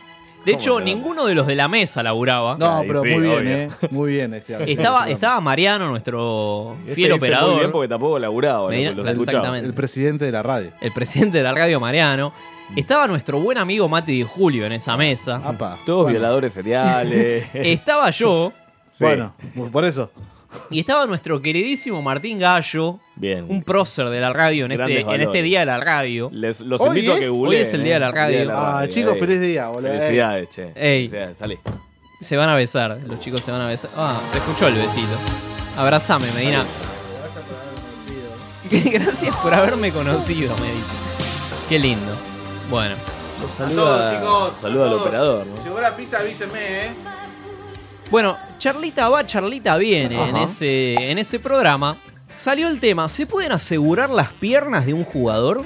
B: De
C: ¿Cómo
B: hecho,
C: no?
B: ninguno de los de la mesa laburaba.
D: No, pero muy bien, ¿eh? Muy bien. Este
B: Estaba, estaba Mariano, nuestro
C: Este
B: fiel
C: dice muy bien
B: operador.
C: porque tampoco laburaba,
B: Medina-
C: ¿no? los
B: claro,
C: escuchaba.
B: exactamente.
D: El presidente de la radio.
B: El presidente de la radio, Mariano.
C: Mm.
B: Estaba nuestro buen amigo Mati de Julio en esa mesa.
D: Ah,
C: Todos violadores seriales.
B: Estaba yo.
C: Sí. Bueno,
D: por eso.
B: Y estaba nuestro queridísimo Martín Gallo,
C: Bien.
B: un prócer de la radio en,
C: Grandes
B: este, en
C: valores.
B: este día de la radio.
C: Les, los
B: Hoy
C: invito a
B: es-
C: que
B: hoy
C: googleen,
B: es el día de la
C: ¿eh?
B: radio.
D: Ah, chicos,
C: ahí.
D: feliz día, boludo.
C: Felicidades, che.
B: Ey.
C: Felicidades, salí.
B: Se van a besar, los chicos se van a besar. Ah, se escuchó el besito. Abrazame, Medina. Gracias por haberme conocido, me dice. Qué lindo. Bueno.
C: Saluda, saluda al operador. ¿no?
D: Llegó la pizza, avíseme, ¿eh?
B: Bueno, Charlita va, Charlita viene en
C: Ajá.
B: ese, en ese programa. Salió el tema, ¿se pueden asegurar las piernas de un jugador?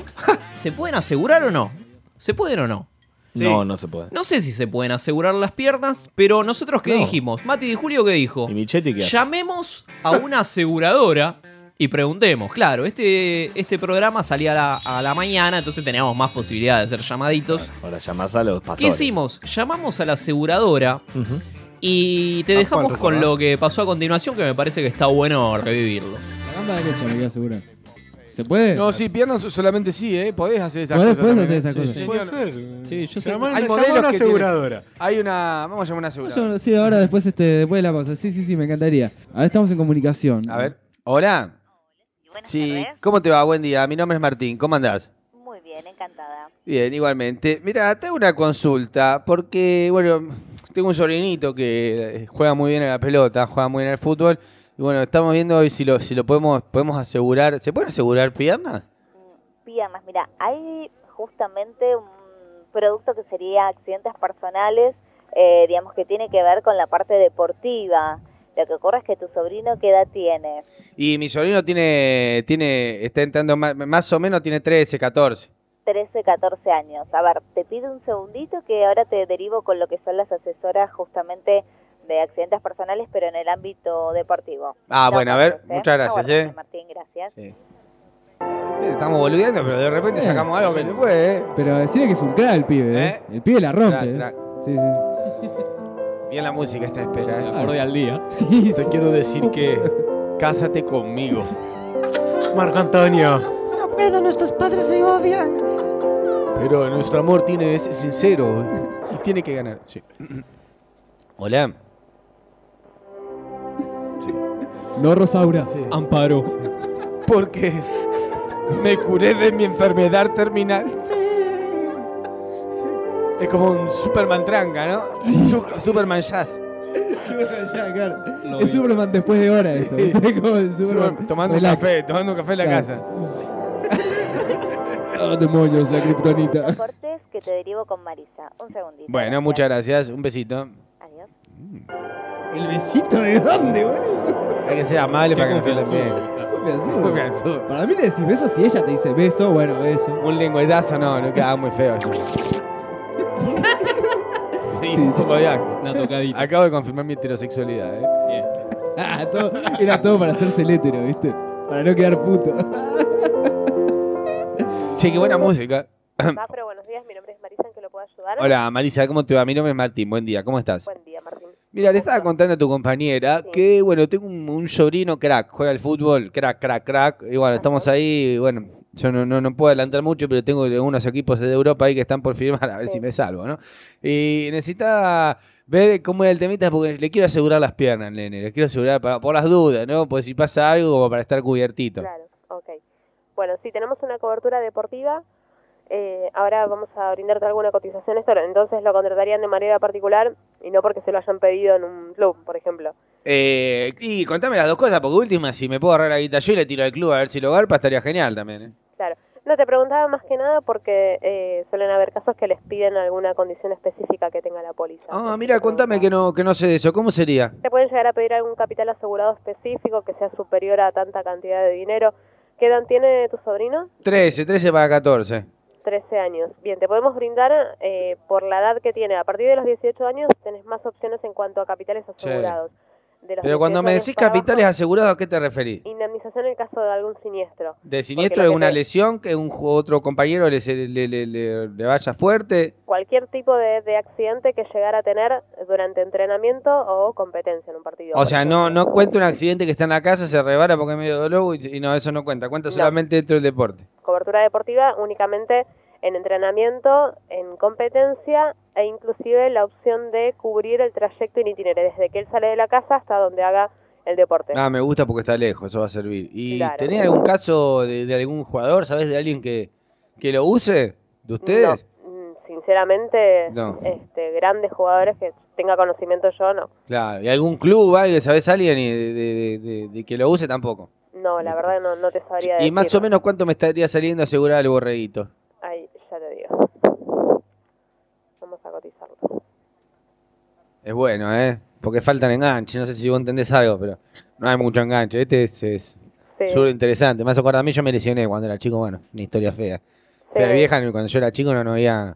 B: ¿Se pueden asegurar o no? ¿Se pueden o no?
C: No, no se puede.
B: No sé si se pueden asegurar las piernas, pero nosotros qué
C: No.
B: dijimos? Mati Di Julio qué dijo?
C: ¿Y Michetti qué hace?
B: Llamemos a una aseguradora y preguntemos. Claro, este, este programa salía a la, a la mañana, entonces teníamos más posibilidad de hacer llamaditos.
C: Ahora llamás a los
B: ¿Qué
C: pastores.
B: hicimos? Llamamos a la aseguradora y te dejamos con lo que pasó a continuación, que me parece que está bueno revivirlo.
Q: La gamba derecha me queda segura. ¿Se puede?
R: No, sí, piernas solamente sí, ¿eh? Podés hacer esas cosas.
Q: Podés- podés
R: también.
Q: hacer esas
R: Sí,
Q: cosas.
R: sí,
Q: Puede
R: señor.
Q: Sí, yo sé.
R: Hay
Q: Llama a
R: modelos
Q: una
R: que tienen-
Q: aseguradora.
R: Hay una... Vamos a llamar a una aseguradora.
Q: Yo- sí, ahora después, este, después de la pausa. Sí, sí, sí, me encantaría. Ahora estamos en comunicación.
R: A ver. Hola. Sí, ¿cómo te va? Buen día. Mi nombre es Martín. ¿Cómo andás?
S: Muy bien, encantada.
R: Bien, igualmente. Mira, te hago una consulta, porque, bueno, tengo un sobrinito que eh, juega muy bien a la pelota, juega muy bien al fútbol. Y Y bueno, estamos viendo hoy si lo, si lo podemos, podemos asegurar. ¿Se pueden asegurar piernas?
S: Piernas, mira, hay justamente un producto que sería accidentes personales, eh, digamos que tiene que ver con la parte deportiva. Lo que ocurre es que tu sobrino, ¿qué edad tiene?
R: Y mi sobrino tiene, tiene, está entrando más, más o menos, tiene 13, 14.
S: 13, 14 años. A ver, te pido un segundito que ahora te derivo con lo que son las asesoras justamente de accidentes personales, pero en el ámbito deportivo.
R: Ah,
S: No
R: bueno, a ver,
S: cortes, ¿eh?
R: muchas gracias,
S: Aguardame,
R: ¿eh?
S: Martín, gracias.
R: Estamos boludeando, pero de repente sacamos algo que se puede, ¿eh?
Q: Pero decirle que es un crack el pibe, ¿eh? El pibe la rompe. ¿eh?
R: Crack,
Q: Sí, sí.
R: Bien la música esta espera, ¿eh?
Q: Acorde
R: al día. Sí, Te quiero decir que cásate conmigo. Marco Antonio.
K: No puedo, nuestros padres se odian.
R: Pero nuestro amor tiene, es sincero y tiene que ganar. Sí. Hola.
Q: No Rosaura.
R: Amparo. Porque me curé de mi enfermedad terminal. Es como un Superman tranca, ¿no? Su- Superman jazz.
Q: Superman jazz, claro.
R: Lo
Q: es
R: vi.
Q: Superman después de hora esto.
R: Sí.
Q: Es como el Superman.
R: Superman tomando un
Q: relax.
R: café, tomando un café en la
Q: Claro.
R: casa.
Q: Oh, demonios, la kriptonita.
S: Cortes que te derivo con Marisa. Un segundito.
R: Bueno, muchas gracias. Un besito. Mm.
S: Adiós.
Q: ¿El besito de dónde, boludo?
R: Hay que ser amable para que nos traten bien.
Q: Confianzudo.
R: Confianzudo.
Q: Para mí le decís beso si ella te dice beso, bueno, beso.
R: Un lengüetazo no, no queda muy feo. Sí, un poco de asco.
B: Una tocadita.
R: Acabo de confirmar mi heterosexualidad, ¿eh?
Q: Ah, todo- era todo para hacerse el hétero, ¿viste? Para no quedar puto.
R: Che, qué buena música.
S: Macro, buenos días. Mi nombre es Marisa, ¿en qué lo puedo ayudar?
R: Hola, Marisa, ¿cómo te va? Mi nombre es Martín, buen día, ¿cómo estás?
S: Buen día, Martín.
R: Mira, le estaba contando a tu compañera que, bueno, tengo un, un sobrino crack, juega al fútbol, crack, crack, crack. Y bueno, estamos ahí, y bueno, yo no, no, no puedo adelantar mucho, pero tengo algunos equipos de Europa ahí que están por firmar, a ver si me salvo, ¿no? Y necesitaba ver cómo era el temita, porque le quiero asegurar las piernas, al nene, le quiero asegurar para- por las dudas, ¿no? Pues si pasa algo, como para estar cubiertito.
S: Claro, ok. Bueno, sí, tenemos una cobertura deportiva. eh, ahora vamos a brindarte alguna cotización, Néstor. Entonces lo contratarían de manera particular y no porque se lo hayan pedido en un club, por ejemplo.
R: Eh, y contame las dos cosas, porque última, si me puedo agarrar la guita yo y le tiro al club a ver si lo garpa, estaría genial también, ¿eh?
S: Claro. No, te preguntaba más que nada porque eh, suelen haber casos que les piden alguna condición específica que tenga la póliza.
R: Ah, mira, contame que no, que no sé de eso. ¿Cómo sería?
S: Te pueden llegar a pedir algún capital asegurado específico que sea superior a tanta cantidad de dinero. ¿Qué edad tiene tu sobrino?
R: 13, 13 para 14.
S: 13 años. Bien, te podemos brindar eh, por la edad que tiene. A partir de los 18 años tenés más opciones en cuanto a capitales asegurados. De los
R: Pero cuando
S: 18
R: me
S: años
R: decís
S: para abajo,
R: capitales asegurados, ¿a qué te referís?
S: Indemnización en el caso de algún siniestro.
R: ¿De
S: Porque
R: siniestro
S: lo
R: es
S: que
R: una
S: te-
R: lesión que un ju- otro compañero le, se- le, le- le- le vaya fuerte?
S: Cualquier tipo de, de accidente que llegara a tener durante entrenamiento o competencia en un partido.
R: O sea, no, no cuenta un accidente que está en la casa, se rebara porque es medio dolor y, y no, eso no cuenta. Cuenta solamente dentro del deporte.
S: Cobertura deportiva únicamente en entrenamiento, en competencia e inclusive la opción de cubrir el trayecto en itinere, desde que él sale de la casa hasta donde haga el deporte.
R: Ah, me gusta porque está lejos, eso va a servir. ¿Y
S: Claro.
R: tenés algún caso de, de algún jugador, sabés, de alguien que, que lo use? ¿De ustedes?
S: Mm, Sinceramente,
R: No.
S: este, grandes jugadores que tenga conocimiento yo no.
R: Claro. ¿Y algún club, alguien, sabés, alguien y de- de- de- de- de que lo use tampoco?
S: No, la verdad no, no te sabría decir.
R: Y más o menos cuánto me estaría saliendo asegurar el borreguito.
S: Ahí, ya te digo. Vamos a cotizarlo.
R: Es bueno, ¿eh? Porque faltan enganches. No sé si vos entendés algo, pero no hay mucho enganche. Este es, es
S: Sí.
R: súper interesante. Más acuerdo a mí, yo me lesioné cuando era chico. Bueno, una historia fea. Fea
S: Sí.
R: vieja, cuando yo era chico no, no había.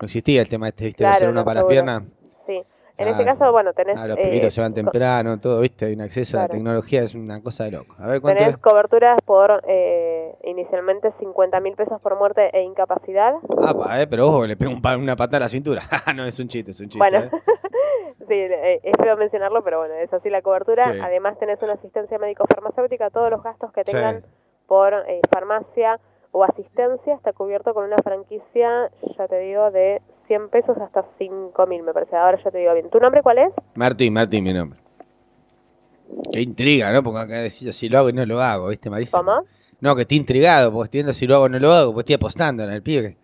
R: No existía el tema este, ¿viste? de
S: Claro,
R: hacer uno
S: no,
R: para las
S: seguro.
R: piernas.
S: Sí. En
R: Ah,
S: este caso, bueno, tenés,
R: Ah, los
S: eh,
R: pibitos se van
S: co-
R: temprano, todo, ¿viste? Hay un acceso a la
S: Claro.
R: tecnología, es una cosa de loco. A ver cuánto
S: tenés
R: es.
S: coberturas por eh, inicialmente 50 mil pesos por muerte e incapacidad.
R: Apa, ¿eh? Pero ojo, le pego un pa- una patada a la cintura. Ah, no, es un chiste, es un chiste.
S: Bueno.
R: ¿eh?
S: Sí, eh, es feo mencionarlo, pero bueno, es así la cobertura.
R: Sí.
S: Además tenés una asistencia médico-farmacéutica, todos los gastos que
R: Sí.
S: tengan por eh, farmacia o asistencia está cubierto con una franquicia, ya te digo, de 100 pesos hasta 5.000, me parece. Ahora ya te digo bien. ¿Tu nombre cuál es?
R: Martín, Martín, mi nombre. Qué intriga, ¿no? Porque acá decís si lo hago y no lo hago, ¿viste, Marisa?
S: ¿Cómo?
R: No, que estoy intrigado, porque estoy viendo si lo hago o no lo hago, porque estoy apostando en el pibe.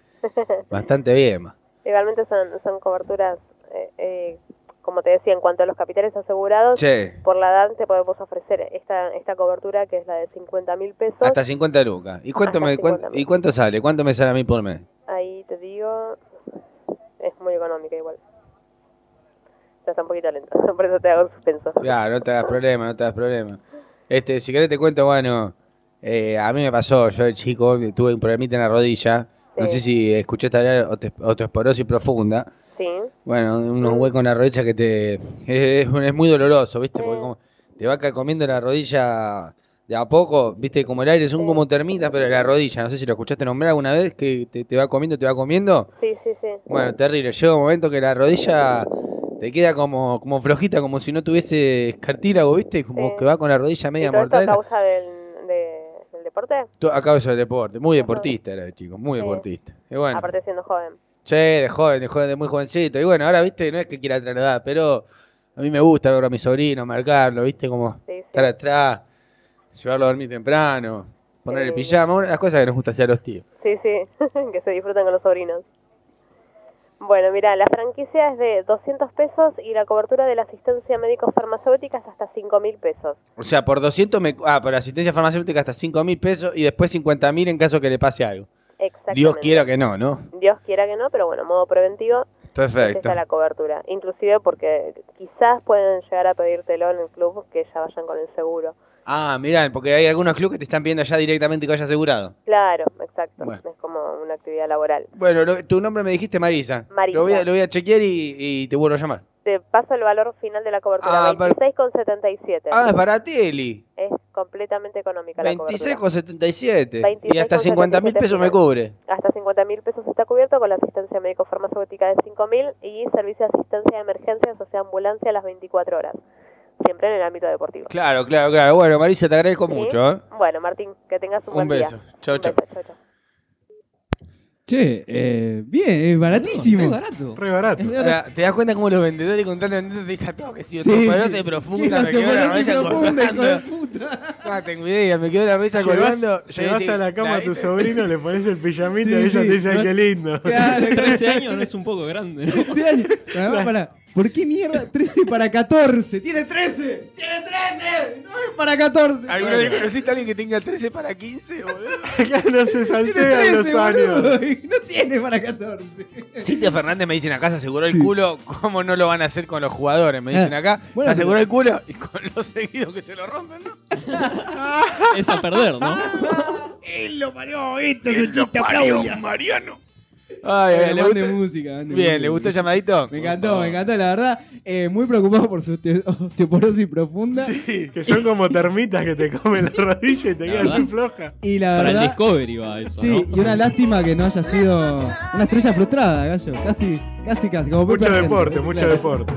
R: Bastante bien, ma.
S: Igualmente son, son coberturas eh, eh, como te decía, en cuanto a los capitales asegurados,
R: Sí.
S: por la edad te podemos ofrecer esta, esta cobertura que es la de 50 mil pesos.
R: Hasta 50 lucas. ¿Y cuánto,
S: Hasta
R: me, cuánto-
S: 50.000.
R: ¿Y cuánto sale? ¿Cuánto me sale a mí por mes?
S: Ahí te digo, es muy económica igual. Ya está un poquito lenta, por eso te hago el suspenso.
R: Claro, no te hagas problema, no te hagas problema. Este, si querés te cuento, bueno, eh, a mí me pasó, yo de chico tuve un problemita en la rodilla. No
S: Sí.
R: sé si escuché esta ote- osteoporosis profunda.
S: Sí.
R: Bueno, unos huecos en la rodilla que te. Es, es- es muy doloroso, ¿viste? Porque como te va comiendo la rodilla de a poco, ¿viste? Como el aire, son como termitas, pero la rodilla. No sé si lo escuchaste nombrar alguna vez, que te, te va comiendo, te va comiendo.
S: Sí, sí, sí.
R: Bueno, terrible. Llega un momento que la rodilla te queda como, como flojita, como si no tuviese cartílago, ¿viste? Como que va con la rodilla
S: ¿Y
R: media
S: todo esto a
R: mortal.
S: causa del, de- del deporte?
R: Acabo de deporte. Muy deportista era el chico, muy deportista. Y bueno,
S: Aparte siendo joven.
R: che, de joven, de joven, de muy jovencito. Y bueno, ahora, ¿viste? No es que quiera trasladar, pero a mí me gusta ver a mi sobrino, marcarlo, ¿viste? Como estar atrás, llevarlo a dormir temprano, poner el pijama, una de las cosas que nos gusta hacer a los tíos.
S: Sí, sí, que se disfrutan con los sobrinos. Bueno, mira, la franquicia es de 200 pesos y la cobertura de la asistencia médico-farmacéutica es hasta 5 mil pesos.
R: O sea, por 200 me... Ah, por asistencia farmacéutica hasta 5 mil pesos y después 50 mil en caso que le pase algo.
S: Exactamente.
R: Dios quiera que no, ¿no?
S: Dios quiera que no, pero bueno, modo preventivo es
R: Perfecto.
S: esa la cobertura. Inclusive porque quizás pueden llegar a pedírtelo en el club que ya vayan con el seguro.
R: Ah, mirá, porque hay algunos clubes que te están viendo ya directamente que haya asegurado.
S: Claro, exacto.
R: Bueno.
S: Es como una actividad laboral.
R: Bueno, lo- tu nombre me dijiste Marisa.
S: Marisa.
R: Lo voy a, lo voy a chequear y, y te vuelvo a llamar.
S: Te paso el valor final de la cobertura,
R: Ah, per-
S: 26,77.
R: Ah, es para Teli.
S: Es completamente económica la cobertura.
R: 26,77. Y hasta
S: 26,77
R: 50 mil pesos me cubre.
S: Hasta 50 mil pesos está cubierto con la asistencia médico-farmacéutica de 5 mil y servicio de asistencia de emergencias, o sea, ambulancia a las 24 horas. Siempre en el ámbito deportivo.
R: Claro, claro, claro. Bueno, Marisa, te agradezco
S: ¿Sí?
R: mucho. ¿eh?
S: Bueno, Martín, que tengas un,
R: Un
S: buen
R: beso.
S: día.
R: Chao,
S: Un
R: chao.
S: beso, chao, chao.
Q: Che, eh, bien, es baratísimo.
R: Re
Q: barato.
D: Re barato.
R: Ahora, ¿Te das cuenta cómo los vendedores con tal de vendedores te dicen, tengo que si
Q: Sí,
R: osteoporosis
Q: sí.
R: profunda,
Q: Sí,
R: me quedó la
Q: osteoporosis
R: rodilla
Q: profunda, hijo de
R: colgando? Ah, tengo idea, me quedó la rodilla
D: Llevas,
R: colgando.
D: llevas
R: Sí,
D: a la
R: sí,
D: cama a tu sobrino, le pones el pijamita
Q: Sí,
D: y ella
Q: sí,
D: te dice, ay,
Q: ¿no?
D: qué lindo.
Q: Claro,
B: 13 años no es un poco grande, ¿no?
Q: 13 años. Además, pará, ¿Por qué mierda? 13 para 14. Tiene 13.
R: ¡Tiene 13!
Q: No es para 14.
R: ¿Alguna vez conociste a alguien que tenga 13 para 15, boludo?
D: Acá no se saltean los años.
Q: No tiene para 14.
R: Cintia Fernández me dicen acá, se aseguró el culo. ¿Cómo no lo van a hacer con los jugadores? Me dicen
Q: Ah,
R: acá,
Q: bueno,
R: se aseguró
Q: pero-
R: el culo y con los seguidos que se lo rompen, ¿no?
B: Es a perder, ¿no?
Q: Él lo parió, esto
R: Él Ah, lo
Q: Suchita,
R: parió,
Q: aplauda.
R: Mariano. Ay, ay,
Q: Bueno,
R: ¿le
Q: mande
R: gusta?
Q: música. mande
R: Bien,
Q: música.
R: ¿le gustó el llamadito?
Q: Me encantó, me encantó, la verdad. Eh, muy preocupado por su oste- osteoporosis profunda.
D: Que son como termitas que te comen la rodilla y te quedas
Q: verdad.
D: sin floja.
Q: Y la
B: Para el
Q: verdad.
B: Discovery va eso,
Q: Sí,
B: ¿no?
Q: y una lástima que no haya sido una estrella frustrada, gallo. Casi, casi, casi. Como Pepe
D: Mucho
Q: Argento,
D: deporte,
Q: ¿viste?
D: mucho
Q: Claro.
D: deporte.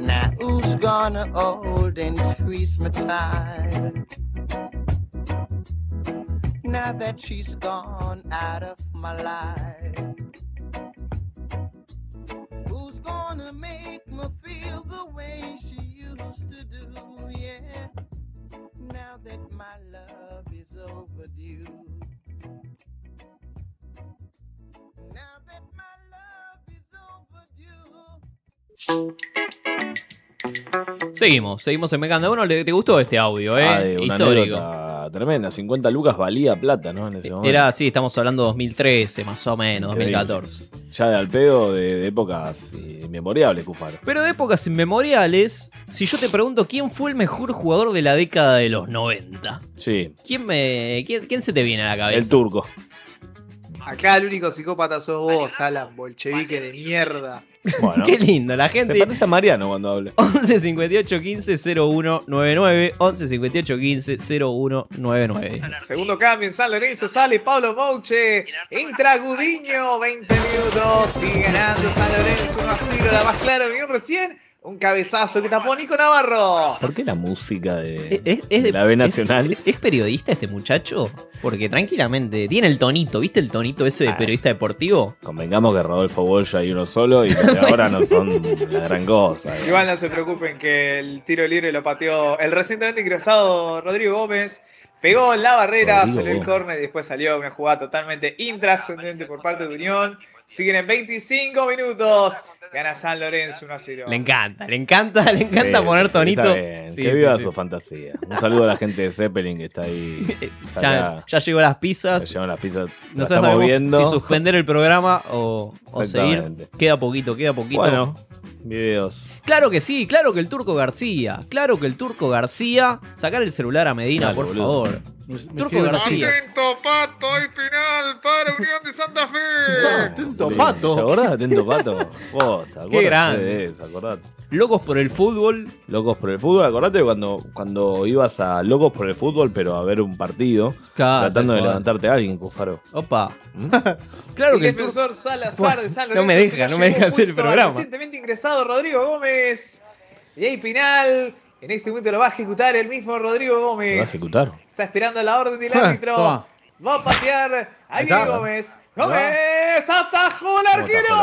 K: Now who's gonna hold and squeeze my tight? Now that she's gone out of my life, who's gonna make me feel the way she used to do? Yeah, now that my love is overdue. Now that my love is overdue.
B: Seguimos, seguimos en Mecanda. Bueno, ¿le- ¿te gustó este audio, eh?
C: Ay, Ah, una
B: Histórico.
C: anécdota tremenda. 50 lucas valía plata, ¿no? En ese momento.
B: Era, sí, estamos hablando 2013, más o menos,
C: Increíble.
B: 2014.
C: Ya de al pedo de, de épocas eh, inmemoriables, Cufaro.
B: Pero de épocas inmemoriales, si yo te pregunto quién fue el mejor jugador de la década de los 90,
C: Sí.
B: ¿quién, me, quién, quién se te viene a la cabeza?
C: El turco.
F: Acá el único psicópata sos vos, Alan, bolchevique de mierda.
C: Bueno.
B: Qué lindo, la
C: Se
B: gente.
C: parece a Mariano cuando habla.
B: 11 58 15 0199 11 58 15 0199
F: Segundo cambio en San Lorenzo, sale Pablo Mouche, entra Gudiño, 20 minutos, sigue ganando San Lorenzo, 1 a 0, la más clara, vino recién, un cabezazo que tapó Nico Navarro.
C: ¿Por qué la música de,
B: Es, es
C: de
B: de-
C: la B
B: es-
C: Nacional?
B: ¿Es, periodista este muchacho? Porque tranquilamente tiene el tonito, ¿viste el tonito ese de periodista deportivo?
C: Ah. Convengamos que Rodolfo Bolsa hay uno solo y los de ahora no son la gran cosa. ¿eh?
F: Igual no se preocupen que el tiro libre lo pateó el recientemente ingresado Rodrigo Gómez. Pegó en la barrera,
T: Rodrigo
F: salió el
T: Gómez.
F: córner y después salió una jugada totalmente intrascendente por parte de Unión. Siguen en 25 minutos. Gana San Lorenzo 1 a 0.
B: Le encanta, le encanta, le encanta
C: Sí,
B: poner
C: sí, sí,
B: sonito.
C: está bien.
B: Sí,
C: que
B: sí,
C: viva
B: sí.
C: su fantasía. Un saludo a la gente de Zeppelin que está ahí. Está
B: Ya,
C: acá.
B: ya llegó las pizzas.
C: Llevan las pizzas. la
B: Nosotros
C: estamos
B: sabemos
C: viendo.
B: si suspender el programa o, o seguir.
C: Exactamente.
B: Queda poquito, queda poquito.
C: Bueno, videos.
B: Claro que sí, claro que el Turco García. Claro que el Turco García. Sacar el celular a Medina,
C: Dale,
B: por
C: boludo.
B: favor. Turco García.
U: Atento, pato, hay final para Unión de Santa Fe.
C: Atento Pato. ¿Te acordás de Atento Pato? Posta, acuérdate
B: grande.
C: de eso, acordate.
B: Locos por el fútbol.
C: Locos por el fútbol, acordate cuando, cuando ibas a Locos por el fútbol, pero a ver un partido,
B: Claro,
C: tratando
B: tal
C: de
B: cual.
C: levantarte a alguien, Cufaro. ¿Mm?
B: Opa. Claro
F: el
B: que el Turco.
F: defensor Salazar de San
B: No
F: Lorenzo
B: me deja,
F: cayó
B: no me deja
F: junto
B: hacer el
F: al
B: programa.
F: Recientemente ingresado Rodrigo Gómez. Y ahí Pinal. En este momento lo va a ejecutar el mismo Rodrigo
C: ¿Lo va a
F: Gómez.
C: ejecutar?
F: Está esperando la orden del
C: Ah,
F: árbitro.
C: toma.
F: Va a patear. Ahí viene
C: está.
F: Gómez.
C: Ya.
F: Gómez. Atajó el arquero.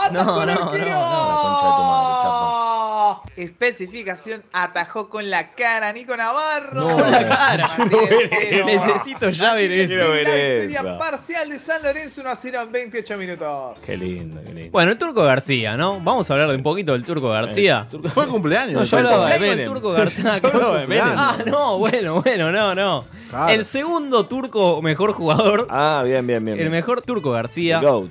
F: Atajó el arquero. Especificación. Atajó con la cara Nico Navarro.
B: Con la cara. Necesito ya ver eso.
C: Quiero ver
F: La victoria
C: esa.
F: parcial de San Lorenzo 1 a 0 en 28 minutos.
C: Qué lindo, qué lindo. Eh,
B: Bueno, el Turco García, ¿no? Vamos a hablar de un poquito del Turco García.
D: Fue cumpleaños.
B: No, yo
D: del
B: hablaba de
D: Turco.
B: Menem. Turco García.
D: Yo hablaba de Menem.
B: Ah, no, bueno, bueno, no, no.
D: Claro.
B: El segundo turco mejor jugador.
C: Ah, bien, bien, bien.
B: El
C: bien.
B: mejor Turco García.
C: The GOAT.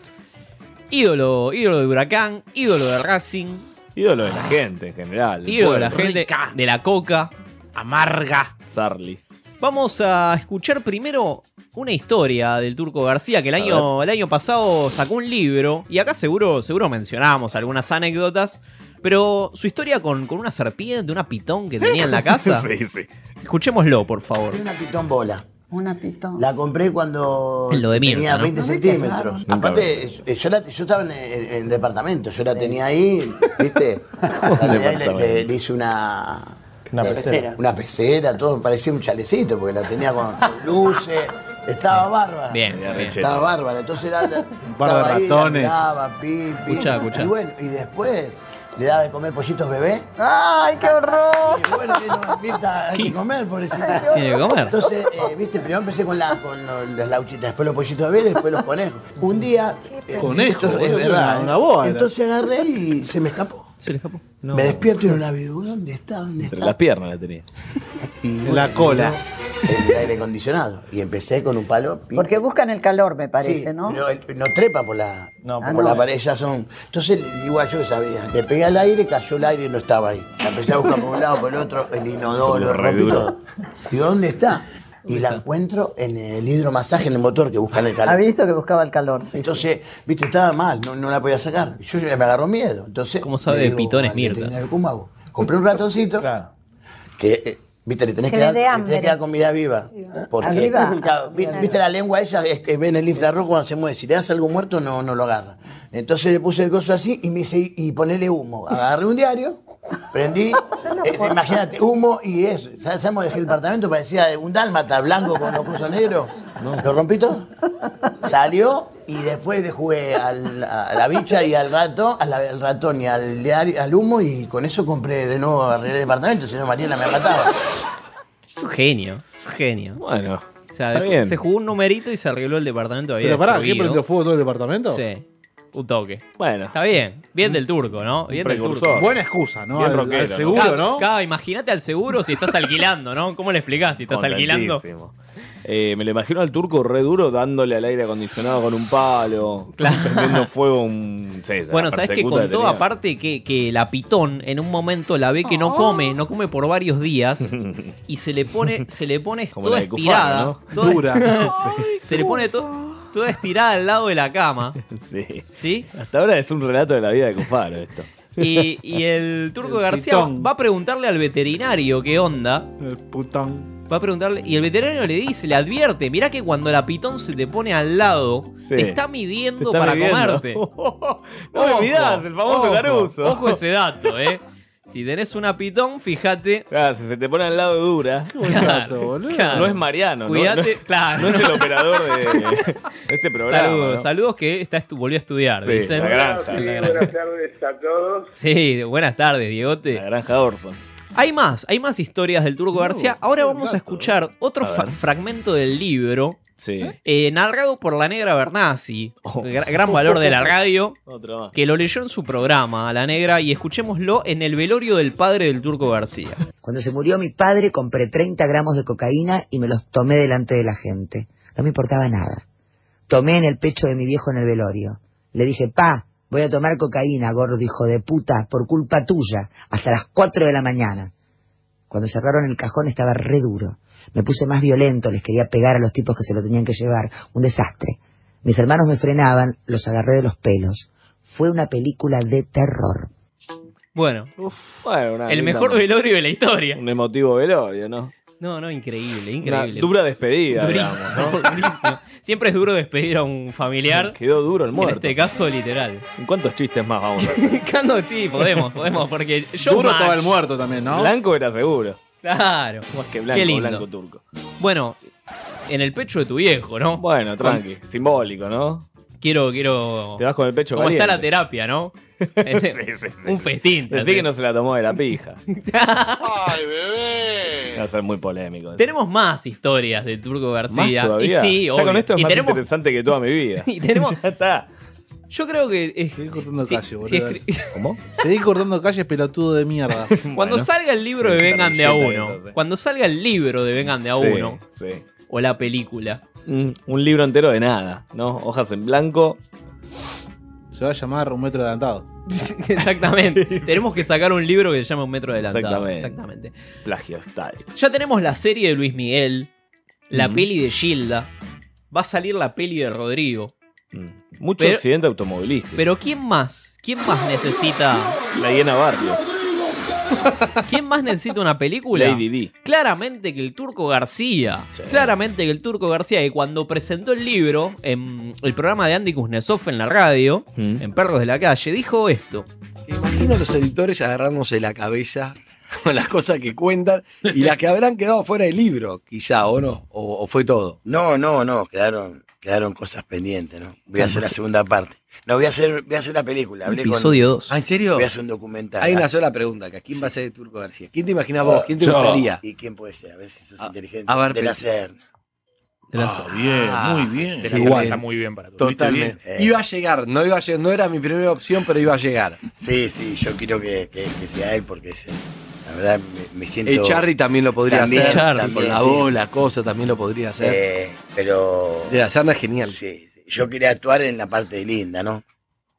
B: Ídolo, ídolo de Huracán, ídolo de Racing,
C: Ídolo de la gente en general.
B: ídolo de la gente de la coca. Amarga.
C: Sarli.
B: Vamos a escuchar primero una historia del Turco García que el año, el año pasado sacó un libro y acá seguro, seguro mencionamos algunas anécdotas, pero su historia con, con una serpiente, una pitón que tenía en la casa.
V: Sí, sí.
B: Escuchémoslo, por favor.
V: Una pitón bola.
I: Una pitón.
V: La compré cuando
B: Lo de Mirta,
V: tenía
B: ¿no?
V: 20
I: No me
V: centímetros.
I: quejaron.
V: Aparte, eh, yo, la- yo estaba en, en- en departamento, yo la tenía ahí, ¿viste? La tenía ahí, le, le- le hice una.
W: Una
V: le-
W: pecera.
V: Una pecera, todo parecía un chalecito, porque la tenía con luces. Estaba bárbara.
W: Bien, bien.
V: Estaba bárbara. Entonces era. la-
D: par de
V: estaba ahí, la
D: ratones.
V: miraba, pil, pil.
D: Escuchá, escuchá.
V: Y bueno, y después le daba de comer pollitos bebé.
I: ¡Ay, qué horror!
V: Bueno, tiene Mirta, hay que comer, pobrecita.
B: Tiene que comer.
V: Entonces, eh, viste, primero empecé con, la, con lo- las lauchitas, después los pollitos de bebé, después los conejos. Un día. eh,
D: Conejo,
V: esto es
D: boludo,
V: verdad.
D: una-
V: ¿eh?
D: una boa era.
V: Entonces agarré y se me escapó.
B: Se le escapó.
V: Me despierto y no la veo. ¿Dónde está? ¿Dónde
C: Entre
V: está?
C: las piernas la tenía.
V: En
D: la cola.
V: El aire acondicionado. Y empecé con un palo. pim,
I: Porque buscan el calor, me parece,
V: Sí,
I: ¿no? Ah,
V: pero el- no trepa por la,
I: No,
V: por
I: por
V: la
I: la-
V: pared, ya son. Entonces, igual yo que sabía, le pegué al aire, cayó el aire y no estaba ahí. La empecé a buscar por un lado, por el otro, el inodoro,
W: Estuvo re
V: rompí
W: duro.
V: todo. Digo, ¿dónde está? Y la encuentro en el hidromasaje, en el motor que buscan el
I: Ha
V: calor.
I: visto que buscaba el calor. sí.
V: Entonces, viste, estaba mal, no, no la podía sacar. Yo ya me agarró miedo. Entonces, ¿Cómo
B: sabe de pitones, Mirta?
V: Compré un ratoncito que, eh, viste, le tenés
I: Que
V: que,
I: le
V: dar,
I: dé
V: le
I: hambre.
V: tenés que dar comida viva. Porque,
I: Ah, viva.
V: claro, vi- viste,
I: Claro.
V: la lengua ella es que ve en el infrarrojo cuando se mueve. Si le das algo muerto, no, no lo agarra. Entonces le puse el coso así y me hice, y ponele humo. Agarré un diario, prendí, eh,
I: puedo.
V: imagínate, humo y eso. ¿Sabes? ¿Sabemos? Dejé el departamento, parecía un dálmata blanco con los cosos negros. ¿Lo rompí todo? Salió y después le jugué al- a la bicha y al rato, a la- al ratón y al, diario- al humo y con eso compré de nuevo arreglé el departamento, si no Mariela me mataba.
B: Es un genio, es un genio.
C: Bueno.
B: O sea,
C: está
B: dejó-
C: bien.
B: se jugó un numerito y se arregló el departamento.
D: Pero pará, ¿qué
B: destruido.
D: prendió fuego todo el departamento?
B: Sí, un toque.
C: Bueno.
B: Está bien, bien del turco, ¿no? Bien del turco.
D: Buena excusa, ¿no?
C: Bien
D: Al- al
C: rockero, ¿no?
D: seguro, ¿no?
B: Cada- imagínate al seguro si estás alquilando, ¿no? ¿Cómo le explicás si estás alquilando?
C: Contentísimo. Eh, me lo imagino al turco re duro dándole al aire acondicionado con un palo, prendiendo fuego a un. sí, la
B: Bueno, ¿sabes que
C: persecuta
B: contó
C: tenía.
B: aparte que, que la pitón en un momento la ve que no come, no come por varios días y se le pone, se le pone
C: Como
B: toda
C: la de Cufaro,
B: estirada.
C: ¿no?
B: toda-
C: Dura.
B: Sí. se le pone to- toda estirada al lado de la cama.
C: Sí.
B: ¿Sí?
C: Hasta ahora es un relato de la vida de Cufaro esto.
B: Y, y el turco
D: El
B: García
D: pitón.
B: va a preguntarle al veterinario qué onda.
D: El putón.
B: Va a preguntarle. Y el veterinario le dice, le advierte: Mirá que cuando la pitón se te pone al lado,
C: Sí.
B: te está midiendo
C: Te está
B: para
C: midiendo.
B: comerte.
C: No me olvidás, el famoso Caruso.
B: Ojo ese dato, eh. Si tenés una pitón, fíjate.
C: Claro, si se te pone al lado dura. No es Mariano, ¿no?
B: Cuídate,
C: No-
B: claro.
C: No es el operador de, de este programa.
B: Saludos,
C: ¿no?
B: saludos que está estu- volvió a estudiar.
C: Sí,
B: dicen.
C: la granja.
B: Sí, buenas tardes, Diegote.
C: La granja Orson.
B: Hay más, hay más historias del Turco García. Ahora vamos a escuchar otro
C: A
B: fa-
C: ver.
B: fragmento del libro.
C: Sí. Oh.
B: eh, narrado por la negra Bernasi, gra- gran valor de la radio,
C: Otra más.
B: que lo leyó en su programa, La Negra, y escuchémoslo en el velorio del padre del Turco García.
X: Cuando se murió mi padre compré 30 gramos de cocaína y me los tomé delante de la gente. No me importaba nada. Tomé en el pecho de mi viejo en el velorio. Le dije, pa, voy a tomar cocaína, gordo hijo de puta, por culpa tuya, hasta las 4 de la mañana. Cuando cerraron el cajón estaba re duro. Me puse más violento, les quería pegar a los tipos que se lo tenían que llevar. Un desastre. Mis hermanos me frenaban, los agarré de los pelos. Fue una película de terror.
B: Bueno,
C: Bueno, una
B: el
C: linda-
B: mejor velorio de la historia.
C: Un emotivo velorio, ¿no?
B: No, no, increíble,
C: Una
B: increíble.
C: dura despedida,
B: Durísimo,
C: digamos, ¿no?
B: durísimo. Siempre es duro despedir a un familiar.
C: Quedó duro el muerto.
B: En este caso, literal.
C: ¿En cuántos chistes más vamos a hacer?
B: Cando, sí, podemos, podemos, porque yo.
C: Duro estaba el
D: muerto también,
C: ¿no? Blanco era seguro.
B: Claro.
C: Más que blanco,
B: Qué lindo.
C: blanco turco.
B: Bueno, en el pecho de tu viejo, ¿no?
C: Bueno, tranqui. Simbólico, ¿no?
B: Quiero, quiero.
C: Te vas con el pecho
B: Como está la
C: caliente.
B: terapia, ¿no? Un festín. te
C: Decí que
B: haces.
C: no se la tomó de la pija. ¡Ay, bebé! Va a ser muy polémico.
B: Tenemos más historias de Turco García.
C: ¿Más todavía?
B: Y sí,
C: ya
B: obvio.
C: con esto es
B: y
C: más
B: tenemos,
C: interesante que toda mi vida.
B: y tenemos-
C: Ya está.
B: Yo creo que. es- si-
D: calle,
B: si
D: boludo.
B: escri-
C: ¿Cómo?
D: Seguí cortando calles, pelotudo de mierda.
B: Cuando salga el libro de
D: Una
B: Vengan de a
D: servilleta
B: uno.
D: de esas, eh.
B: Cuando salga el libro de Vengan de a
C: Sí,
B: uno.
C: sí.
B: O la película.
C: Un, un libro entero de nada, ¿no? Hojas en blanco.
D: Se va a llamar un metro adelantado.
B: Exactamente. Tenemos que sacar un libro que se llama Un metro adelantado.
C: Exactamente.
B: Exactamente.
C: Plagio tal.
B: Ya tenemos la serie de Luis Miguel. La
C: Mm.
B: peli de Gilda. Va a salir la peli de Rodrigo.
C: Mm. Mucho
B: Pero-
C: accidente automovilístico.
B: Pero ¿quién más? ¿Quién más necesita?
C: La hiena Barrios.
B: ¿Quién más necesita una película?
C: Lady D.
B: Claramente que el Turco García. Claramente que el Turco García, que cuando presentó el libro en el programa de Andy Kuznetsov en la radio,
C: Mm.
B: en Perros de la Calle, dijo esto.
H: Imagino a los editores agarrándose la cabeza con las cosas que cuentan y las que habrán quedado fuera del libro, quizá, o no, o, o fue todo.
V: No, no, no, quedaron, quedaron cosas pendientes, ¿no? Voy a hacer la segunda parte. No, voy a hacer, voy a hacer la película. hablé con-
H: Ah, ¿en serio?
V: Voy a hacer un documental.
H: Hay
V: Ah,
H: una sola pregunta acá. ¿Quién va a ser de Turco García? ¿Quién te imaginas vos? ¿Quién te
V: yo.
H: gustaría?
V: ¿Y quién puede ser? A ver si sos
H: A-
V: inteligente.
H: a ver,
V: de
H: pero-
V: la CERN.
H: Ah, bien, muy bien. De la Igual. está muy bien para tu- Totalmente.
V: Eh,
H: Iba a llegar, no iba a llegar, no era mi primera opción, pero iba a llegar.
V: Sí, sí, yo quiero que, que- que sea él porque es- la verdad me, me siento...
H: El Charry también lo podría
V: También,
H: hacer.
V: también,
H: con la
V: sí.
H: bola, cosa, también lo podría hacer.
V: Eh, pero...
H: de la Serna es genial.
V: Sí, sí. Yo quería actuar en la parte de linda, ¿no?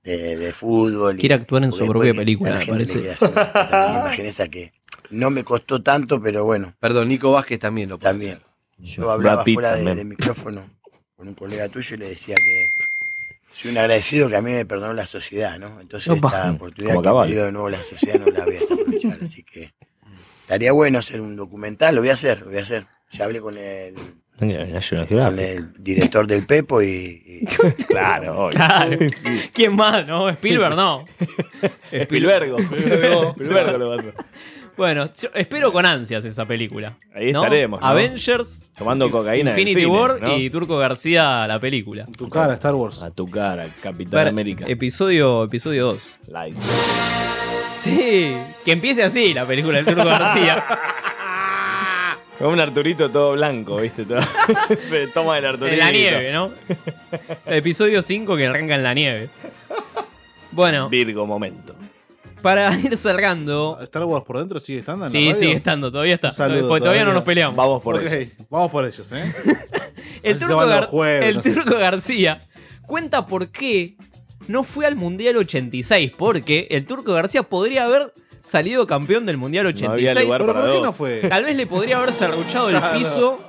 V: De, de fútbol. y-
B: Quiere actuar en su
V: porque
B: propia
V: después
B: película,
V: a la
B: me
V: gente le
B: parece.
V: queda hacer también la imagen esa que no me costó tanto, pero bueno.
H: Perdón, Nico Vázquez también lo puede
V: También.
H: hacer.
V: Yo hablaba
H: Brad Pitt
V: fuera de-
H: también.
V: del micrófono con un colega tuyo y le decía que soy un agradecido que a mí me perdonó la sociedad, ¿no? Entonces
H: Opa.
V: esta
B: Mm,
V: oportunidad
H: Como
V: que me
H: caballo.
V: dio de nuevo la sociedad no la voy a desaprovechar, así que estaría bueno hacer un documental, lo voy a hacer, lo voy a hacer. Ya hablé con el con el director del Pepo y...
C: claro,
B: Claro. ¿Quién más? No, Spielberg no.
C: Spielberg. Spielberg lo va a hacer.
B: Bueno, yo espero con ansias esa película.
C: Ahí
B: ¿no?
C: estaremos. ¿no?
B: Avengers.
C: Tomando cocaína. en el
B: Infinity
C: cine,
B: War
C: ¿no?
B: y Turco García, la película.
D: Tu cara, Star Wars.
C: A tu cara, Capitán
B: Para-
C: América.
B: Episodio, episodio 2. Sí, que empiece así la película del Turco García.
C: Con un Arturito todo blanco, ¿viste? Todo- Se toma el Arturito.
B: en la nieve, ¿no? episodio 5 que arranca en la nieve. Bueno.
C: Virgo momento.
B: Para ir cerrando.
D: ¿Star Wars por dentro sigue estando? En la
B: Sí,
D: radio?
B: sigue estando, todavía está.
D: Un saludo,
B: Porque todavía no nos peleamos.
C: Vamos
D: Ok, Vamos por ellos, ¿eh?
B: El
D: Así se
B: Turco,
D: van los
B: Gar-
D: jueves,
B: el
D: no sé.
B: Turco García cuenta por qué no fue al Mundial 86. Porque el Turco García podría haber salido campeón del Mundial
C: había
B: 86.
C: lugar Pero para ¿por qué dos. no fue?
B: Tal vez le podría haber serruchado el
C: Claro.
B: piso.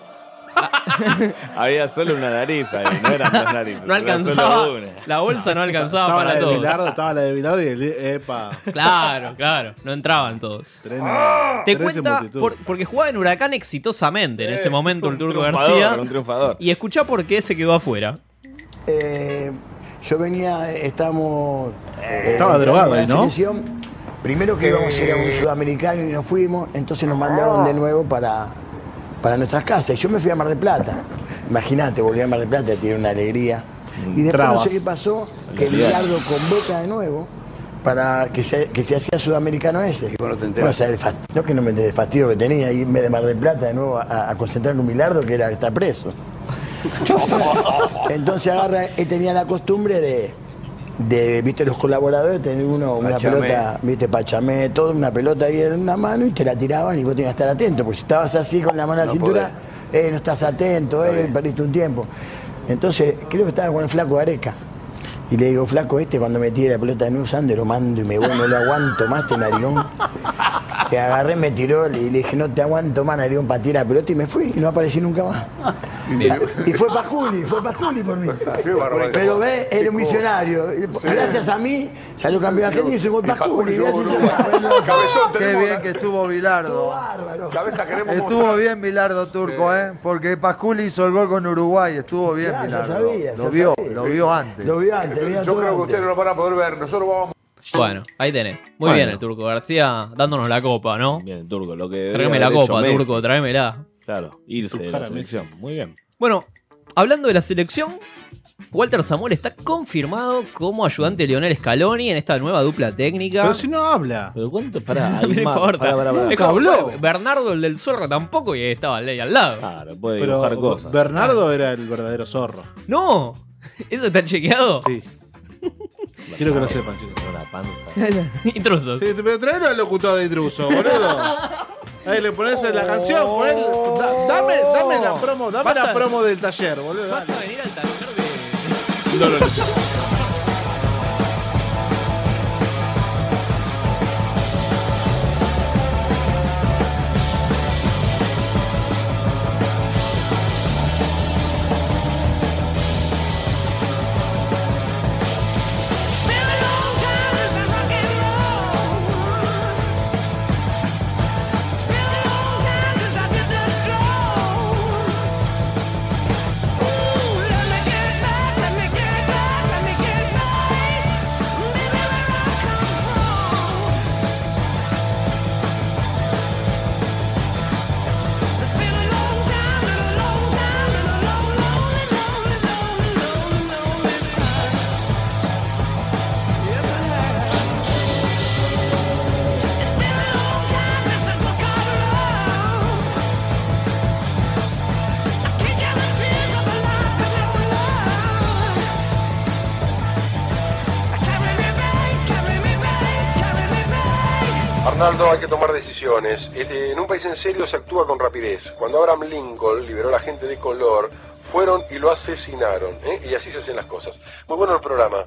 C: Había solo una nariz ahí, no eran dos narices.
B: No
C: era solo
B: alcanzaba.
C: una.
B: La bolsa no alcanzaba
D: Estaba la,
B: para
D: de
B: todos.
D: Bilardo, estaba la de Bilardo y el... Epa.
B: Claro, claro. No entraban todos. Te
D: Tres en
B: cuenta
D: multitud. Eh,
B: por- porque jugaba en Huracán exitosamente en ese momento el Turco
C: triunfador,
B: García.
C: un triunfador.
B: Y escuchá por qué se quedó afuera.
V: Eh, yo venía, estábamos. eh,
D: Estaba drogado ahí,
V: la
D: ¿no?
V: selección. Primero que íbamos a ir a un sudamericano y nos fuimos, entonces nos mandaron de nuevo para, para nuestras casas. Y yo me fui a Mar del Plata. Imagínate, volví a Mar del Plata, tiene una alegría. Y después no
D: Trabas.
V: sé qué pasó, que
D: Alegría.
V: Bilardo convoca de nuevo para que se, que se hacía sudamericano ese. Y
H: bueno, te
V: No, el fast- no que no me enteré, el fastidio que tenía, irme de Mar del Plata de nuevo a, a concentrar con Milardo, que era está preso. Entonces agarra, él tenía la costumbre de, de, viste, los colaboradores, tener uno, una
H: Pachamé.
V: pelota, viste, pachamé, todo, una pelota ahí en una mano y te la tiraban y vos tenías que estar atento, porque si estabas así con la mano en la
H: No
V: cintura, eh, no estás atento, eh, perdiste un tiempo. Entonces, creo que estaba con el flaco Areca. Y le digo, flaco, este cuando me tire la pelota en un sande lo mando y me voy, no lo aguanto más, este narigón. Te agarré, me tiró y le dije, no te aguanto más, narigón, para tirar la pelota y me fui y no aparecí nunca más. Y fue para Juli, fue para Juli por mí.
U: barbaridad.
V: Pero ve, era un misionario.
U: Sí.
V: Gracias a mí salió campeón argentino y se fue para Juli.
G: Qué bien que estuvo Bilardo. estuvo bien Bilardo Turco, ¿eh? Porque Pasculi hizo el gol con Uruguay, estuvo bien
V: Claro, ya
G: Bilardo.
V: sabía,
G: lo
V: ya
G: vio,
V: sabía.
G: lo vio antes.
V: Lo vio antes, mira
O: Yo creo
V: todo
O: que
V: antes.
O: ustedes no lo van a poder ver. Nosotros vamos.
B: Bueno, ahí tenés. Muy
O: Bueno.
B: bien el Turco García dándonos la copa, ¿no?
C: Bien, Turco, lo que.
B: Tráeme la copa, Turco, tráemela.
C: Claro, irse de la
B: Ojalá
C: selección. Muy bien.
B: Bueno, hablando de la selección, Walter Samuel está confirmado como ayudante de Lionel Scaloni en esta nueva dupla técnica.
D: Pero si no habla.
C: Pero cuánto
D: pará,
B: no
D: hay más.
B: importa.
D: Pará, pará, pará.
B: Es como,
D: Habló.
B: Bernardo el del Zorro tampoco y estaba ley al lado. Ah.
C: Claro, puede
D: Pero Bernardo era el verdadero zorro.
B: No, eso está chequeado.
D: Ah. Sí. Quiero que lo sepan, chicos.
C: La panza.
B: Intrusos.
D: Sí, pero traer al locutor de intruso, boludo. Ahí le pones la canción, ponés- da- dame, dame la promo, dame
O: Vas a-
D: la promo del taller, boludo.
O: vas
D: dale.
O: No lo necesito.
J: Arnaldo, hay que tomar decisiones. Este, En un país en serio se actúa con rapidez. Cuando Abraham Lincoln liberó a la gente de color, fueron y lo asesinaron. ¿eh? Y así se hacen las cosas. Muy bueno el programa.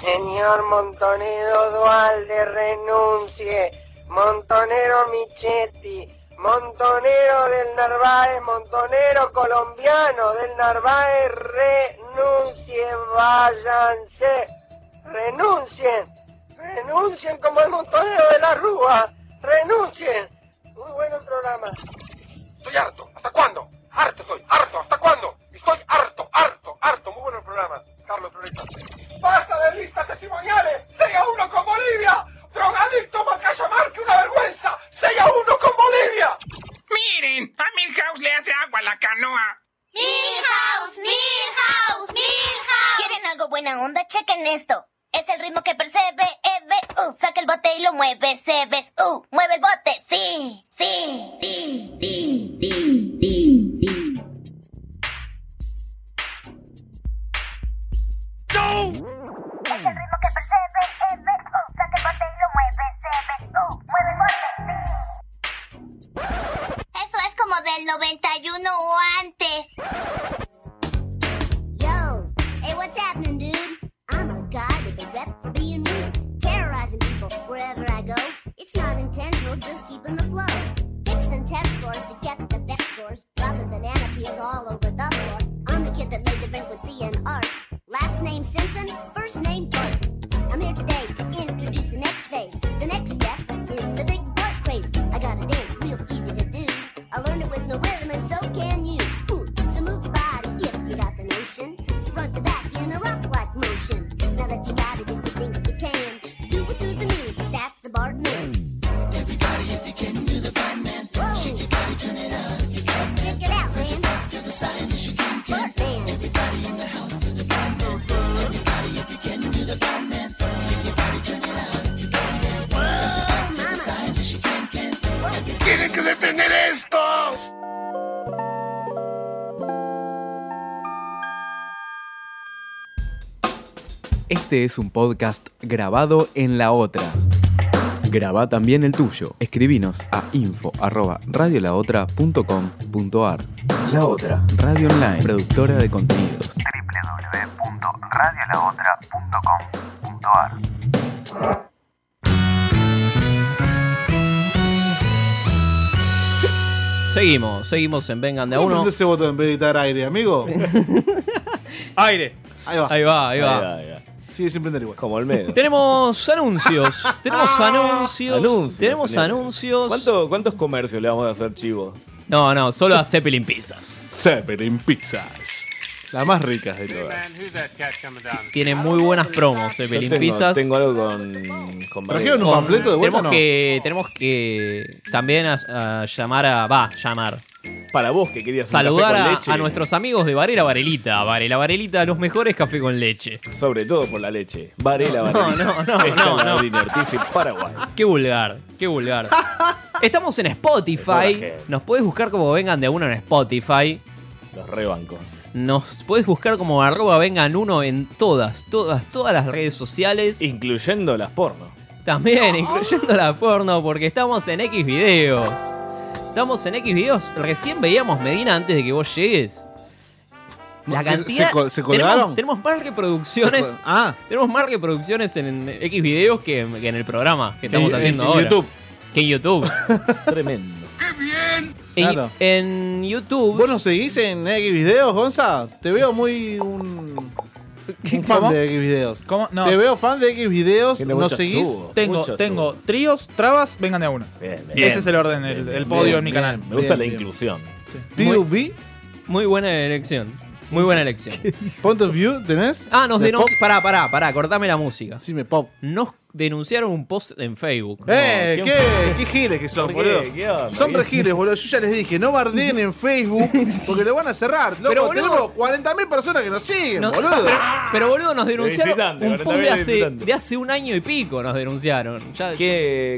K: Señor Montonero Dualde, renuncie. Montonero Michetti. Montonero del Narváez, montonero colombiano del Narváez, renuncie, váyanse, renuncien, renuncien como el montonero de la Rúa, renuncien. Muy bueno el programa.
J: Estoy harto. ¿Hasta cuándo? Harto estoy. Harto. ¿Hasta cuándo? Estoy harto, harto, harto. Muy bueno el programa. Carlos Floresta.
K: ¡Basta de listas testimoniales! ¡6 a 1 con Bolivia! ¡Drogadicto Macaya Marque, una vergüenza! ¡6 a 1 con Bolivia!
A: Miren, a Milhouse le hace agua a la canoa.
T: Milhouse, Milhouse, Milhouse. ¿Quieren algo buena onda? Chequen esto. Es el ritmo que percebe, EBU. Saca el bote y lo mueve, CBS, U. Mueve el bote, sí, sí, sí, sí, sí, sí, sí. Eso es como del 91 o antes. Yo, hey, what's happening, dude? I'm a guy with a rep for being rude, terrorizing people wherever I go. It's not intentional, just keeping the flow. Fixing test scores to get the best scores, dropping banana peels all over the floor. I'm the kid that made delinquency an art. Last name Simpson, first name Bart. I'm here today to introduce the next phase, the next step in the big Bart craze. I got a dance real easy to do. I learned it with no rhythm, and so can you. Ooh, so move your body if you got the notion. Front to back in a rock-like motion. Now that you got it, if you think you can, do it through the music. That's the Bart move. Everybody, if you can, do the Bart man. Whoa. Shake your body, turn it up.
U: tienen que detener esto.
E: Este es un podcast grabado en la otra. Graba también el tuyo. Escribinos a info@radiolaotra.com.ar. La otra, radio online, productora de contenidos.
L: www.radiolaotra.com.ar
B: Seguimos, seguimos en Vengan de a uno.
D: ¿Dónde ese botón en vez de quitar aire, amigo?
B: Aire.
D: Ahí va.
B: Ahí va, ahí va.
D: Sigue sin prender igual.
C: Como el medio.
B: Tenemos anuncios. tenemos anuncios.
C: Anuncios,
B: tenemos
C: señor.
B: anuncios.
C: ¿Cuánto- ¿Cuántos comercios le vamos a hacer chivo?
B: No, no, solo a Zeppelin Pizzas.
D: Zeppelin Pizzas. Las más ricas de todas.
B: Tiene muy buenas promos
C: Yo
B: Zeppelin
C: tengo-
B: Pizzas.
C: Tengo algo con. con variedad.
B: Con-
C: Tenemos
B: tenemos
C: que-
B: que Tenemos que también a- a llamar a. Va, llamar.
C: Para vos que querías un
B: Saludar
C: café con
B: a,
C: leche.
B: a nuestros amigos de Varela Varelita. Varela Varelita, los mejores café con leche.
C: Sobre todo por la leche. Varela,
B: No,
C: Varela.
B: no, no, no, no.
C: Ortiz y Paraguay.
B: Qué vulgar, qué vulgar. Estamos en Spotify. Nos podés buscar como vengan de a uno en Spotify.
C: Los rebanco.
B: Nos podés buscar como arroba vengan uno en todas, todas, todas las redes sociales.
C: Incluyendo las porno.
B: También, incluyendo la porno, porque estamos en X videos. Estamos en X videos. Recién veíamos Medina antes de que vos llegues. La
D: ¿Se-
B: cantidad.
D: se col- se colgaron?
B: Tenemos, tenemos más reproducciones.
D: Se col- ah.
B: Tenemos más reproducciones en X videos que, que en el programa que estamos
D: En-
B: haciendo
D: en
B: ahora.
D: YouTube.
B: Que en YouTube.
C: Tremendo.
B: En-
D: Claro.
B: En YouTube.
D: ¿Vos nos seguís en X videos, Gonza? Te veo muy un, un fan
M: ¿Cómo?
D: de X videos.
M: ¿Cómo? No.
D: Te veo fan de X videos,
M: Tiene
D: nos
M: muchos
D: seguís.
M: tubos, Tengo- muchos tengo tríos, trabas, vengan de a uno. Ese es el orden, el, el podio en mi canal.
C: Me gusta la inclusión.
B: Muy, muy buena elección. Muy buena elección.
D: ¿Point of view tenés?
B: Ah, nos
D: ¿De
B: denunciaron.
D: pop?
B: Pará, pará, pará, cortame la música.
D: Sí, me pop.
B: Nos denunciaron un post en Facebook.
D: ¡Eh!
B: No, ¿quién
D: ¿qué,
B: fue?
D: ¿Qué giles que son,
B: ¿Por qué?
D: boludo?
B: ¿Qué onda?
D: son re giles, boludo. Yo ya les dije, no bardeen en Facebook porque lo van a cerrar. Loco,
B: Pero, boludo-
D: tenemos 40.000 personas que nos siguen,
B: Nos-
D: boludo.
B: Pero, pero, boludo, nos denunciaron
D: visitante,
B: un
D: ahora
B: post de
D: también de
B: hace,
D: visitante.
B: de hace un año y pico nos denunciaron. Ya-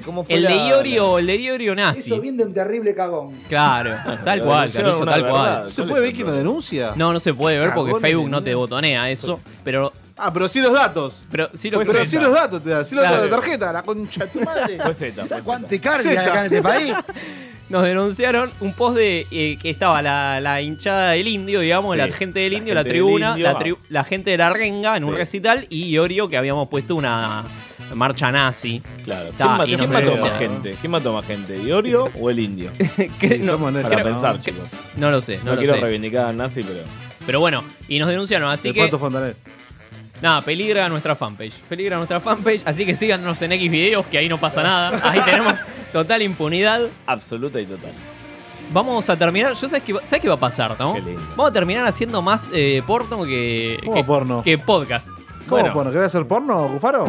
C: ¿Cómo
B: el de
C: la-
B: Iorio, el de Iorio nazi.
M: bien de un terrible cagón.
B: Claro, tal
C: La
B: cual,
C: denunciaron
B: Caruso,
C: una
B: tal
C: verdad.
B: cual.
D: ¿Se puede ver quién lo denuncia?
B: No, no se puede ver porque
D: Cagones
B: Facebook
D: de
B: no te botonea eso, pero...
D: Ah, pero sí los datos.
B: Pero sí, lo
D: Pero
B: presenta.
D: sí los datos te da, sí los
B: Claro.
D: datos de tarjeta, la concha de tu madre.
C: Fue Z. fue Z.
D: Te acá en este país.
B: Nos denunciaron un post de eh, que estaba la, la hinchada del indio, digamos,
C: Sí,
B: la gente del
C: la
B: indio, la
C: gente del
B: tribuna,
C: indio. ah.
B: la, tri- la gente de la renga en un
C: Sí.
B: recital y Iorio que habíamos puesto una marcha nazi.
C: Claro.
B: Ta,
C: ¿Quién, mató-
B: Ah, y nos
C: quién mató más
B: denunciaron.
C: gente? ¿Quién mató más gente? ¿Iorio o el indio? Para
B: creo-
C: pensar,
B: no,
C: chicos.
B: no lo sé, no
C: No
B: lo
C: quiero
B: sé.
C: reivindicar a Nazi, pero.
B: Pero bueno, y nos denunciaron, así
D: De
B: que
D: Pato Fontanet.
B: nada, peligra nuestra fanpage. Peligra nuestra fanpage, así que síganos en X videos que ahí no pasa nada. Ahí tenemos total impunidad.
C: Absoluta y total.
B: Vamos a terminar. Yo sabes que, va- sabes qué va a pasar, ¿no? Vamos a terminar haciendo más eh, porno que,
D: ¿Cómo
B: que,
D: porno?
B: que podcast.
D: ¿Cómo
B: Bueno,
D: porno? ¿Querés hacer porno, Cufaro?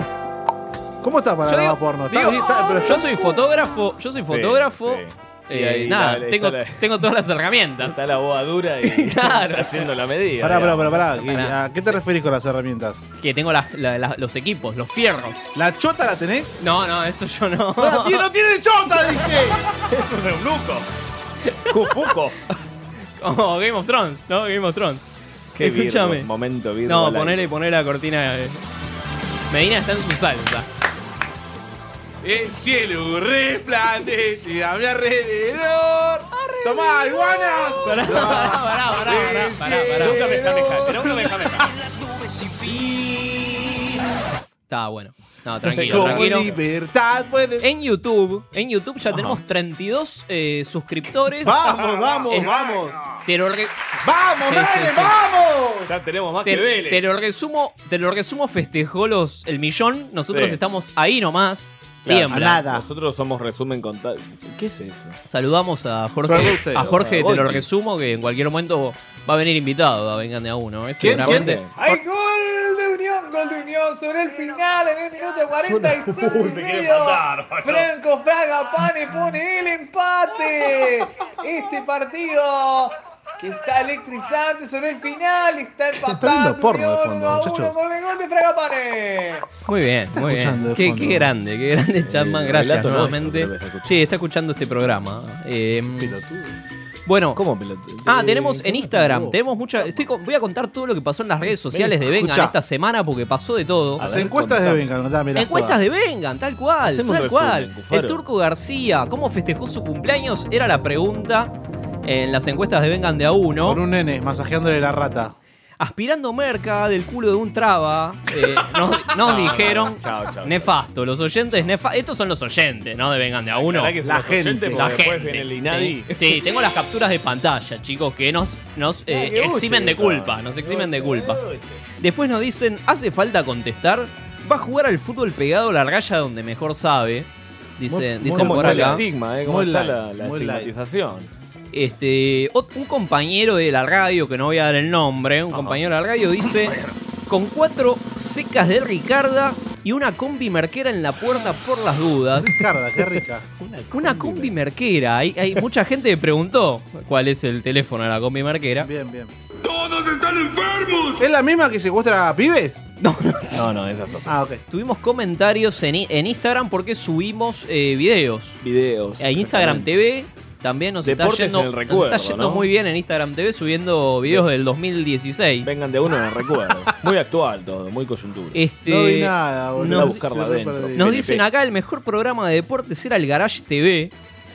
D: ¿Cómo estás para grabar porno? ¿Estás
B: digo,
D: bien? ¿Estás- pero
B: yo soy fotógrafo, yo soy fotógrafo.
C: sí.
B: eh,
C: Y ahí
B: nada,
C: está-
B: tengo,
C: está la-
B: tengo todas las herramientas.
C: Está la boa dura y
B: Claro.
C: haciendo la medida.
D: Pará, pará,
C: digamos.
D: pará, pará. ¿Qué-
B: Pará.
D: ¿A qué te referís con las herramientas?
B: Que tengo las- la- la- los equipos, los fierros.
D: ¿La chota la tenés?
B: No, no, eso yo no.
D: ¡No tiene- no tiene chota, dije!
C: ¡Es un eunuco! ¡Cufuco!
B: Como Game of Thrones, ¿no? Game of Thrones.
C: Qué virgo,
B: Escúchame.
C: momento virgo
B: No,
C: al aire.
B: ponele, ponele la cortina. eh. Medina está en su salsa.
D: El cielo resplandece a mi alrededor. Tomá, iguanas.
B: Pará, pará, pará, pará, pará, pará, pará.
D: Nunca me
B: dejaste, nunca me dejaste. Está bueno. No, tranquilo,
D: Como
B: tranquilo.
D: libertad puedes.
B: En YouTube, en YouTube ya tenemos 32 eh, suscriptores.
D: Vamos, vamos,
B: Eh,
D: vamos.
B: Te lo re-
D: ¡Vamos,
B: Sí,
D: Vélez,
B: sí, sí.
D: vamos!
C: Ya tenemos más
B: Te,
C: que Vélez.
B: te lo resumo, te lo resumo, festejó los, el millón. Nosotros
C: Sí.
B: estamos ahí nomás.
C: Claro,
B: Tiembla.
C: Nosotros somos resumen con tal. ¿Qué es eso?
B: Saludamos a Jorge,
C: Traduce,
B: a Jorge
C: Goiti.
B: te lo resumo, que en cualquier momento va a venir invitado a Vengan de a uno. ¿eh?
C: ¿Quién?
B: Seguramente.
C: ¿Quién?
F: ¡Hay gol de Unión! ¡Gol de Unión! Sobre el final, en el minuto 45 y
C: te quiere
F: medio.
C: matar, boludo.
F: Franco Fraga Pane pone el empate. Este partido que está electrizante, sonó el final, está el papá.
D: lindo porno de fondo,
F: Uno
D: muchachos.
F: con el gol de Fragapane.
B: Muy bien, muy
D: escuchando
B: bien.
D: de
B: Qué,
D: fondo.
B: qué grande, qué grande, Chapman.
D: el
B: Gracias
D: relato nuestro
B: nuevamente.
D: creo que está escuchando.
B: Sí, está escuchando este programa. Eh, Bueno, ¿cómo
C: pelotudo?
B: Ah, tenemos en Instagram, tenemos mucha. Estoy con- voy a contar todo lo que pasó en las redes sociales de Vengan
D: Escuchá.
B: esta semana porque pasó de todo.
D: Las encuestas de Vengan, contá, mirá,
B: Encuestas
D: todas.
B: de Vengan, tal cual,
D: Hacemos un
B: tal
D: resumen,
B: cual.
D: Cufaro.
B: El Turco García, ¿cómo festejó su cumpleaños? Era la pregunta en las encuestas de Vengan de a uno.
D: Con un nene, masajeándole la rata.
B: Aspirando merca del culo de un traba, eh, nos, nos
D: No,
B: dijeron.
D: chao, chao.
B: nefasto, los oyentes nefastos. Estos son los oyentes, ¿no? De vengan de a uno.
C: La verdad que son
B: la
C: los oyentes,
B: gente.
C: porque
B: La
C: después
B: gente.
C: viene el Inadi. Ah,
B: Sí, sí, tengo las capturas de pantalla, chicos, que nos, nos eh,
C: que
B: eximen
C: buche
B: de
C: esa.
B: culpa. Nos eximen de culpa. Después nos dicen, ¿hace falta contestar? ¿Va a jugar al fútbol pegado a la raya donde mejor sabe? Dicen,
C: Muy-
B: dicen por
C: muy- ¿Cómo está
B: acá.
C: el estigma, eh? ¿Cómo
B: Muy
C: está
B: light,
C: la, la
B: muy light.
C: estigmatización?
B: Este, ot- un compañero de la radio, que no voy a dar el nombre, un compañero de la radio dice, con cuatro secas de Ricarda y una combi merquera en la puerta por las dudas.
D: Ricarda, qué rica.
B: Una combi merquera, hay, hay mucha gente que preguntó cuál es el teléfono de la combi merquera.
D: Bien, bien. ¿Es la misma que secuestra a pibes?
C: No, no, esas son.
D: Ah, ok.
B: Tuvimos comentarios en, i- en Instagram porque subimos eh, videos.
C: Videos.
B: En Instagram TV también nos
C: Deportes
B: está
C: en
B: yendo,
C: el
B: nos
C: recuerdo,
B: está yendo
C: ¿no?
B: muy bien en Instagram TV subiendo videos del 2016.
C: Vengan de uno, me recuerdo. Muy actual todo, muy coyuntura.
B: Este,
C: Voy a buscarla
B: nos-
C: adentro.
B: Nos dicen acá el mejor programa de deportes era el Garage TV,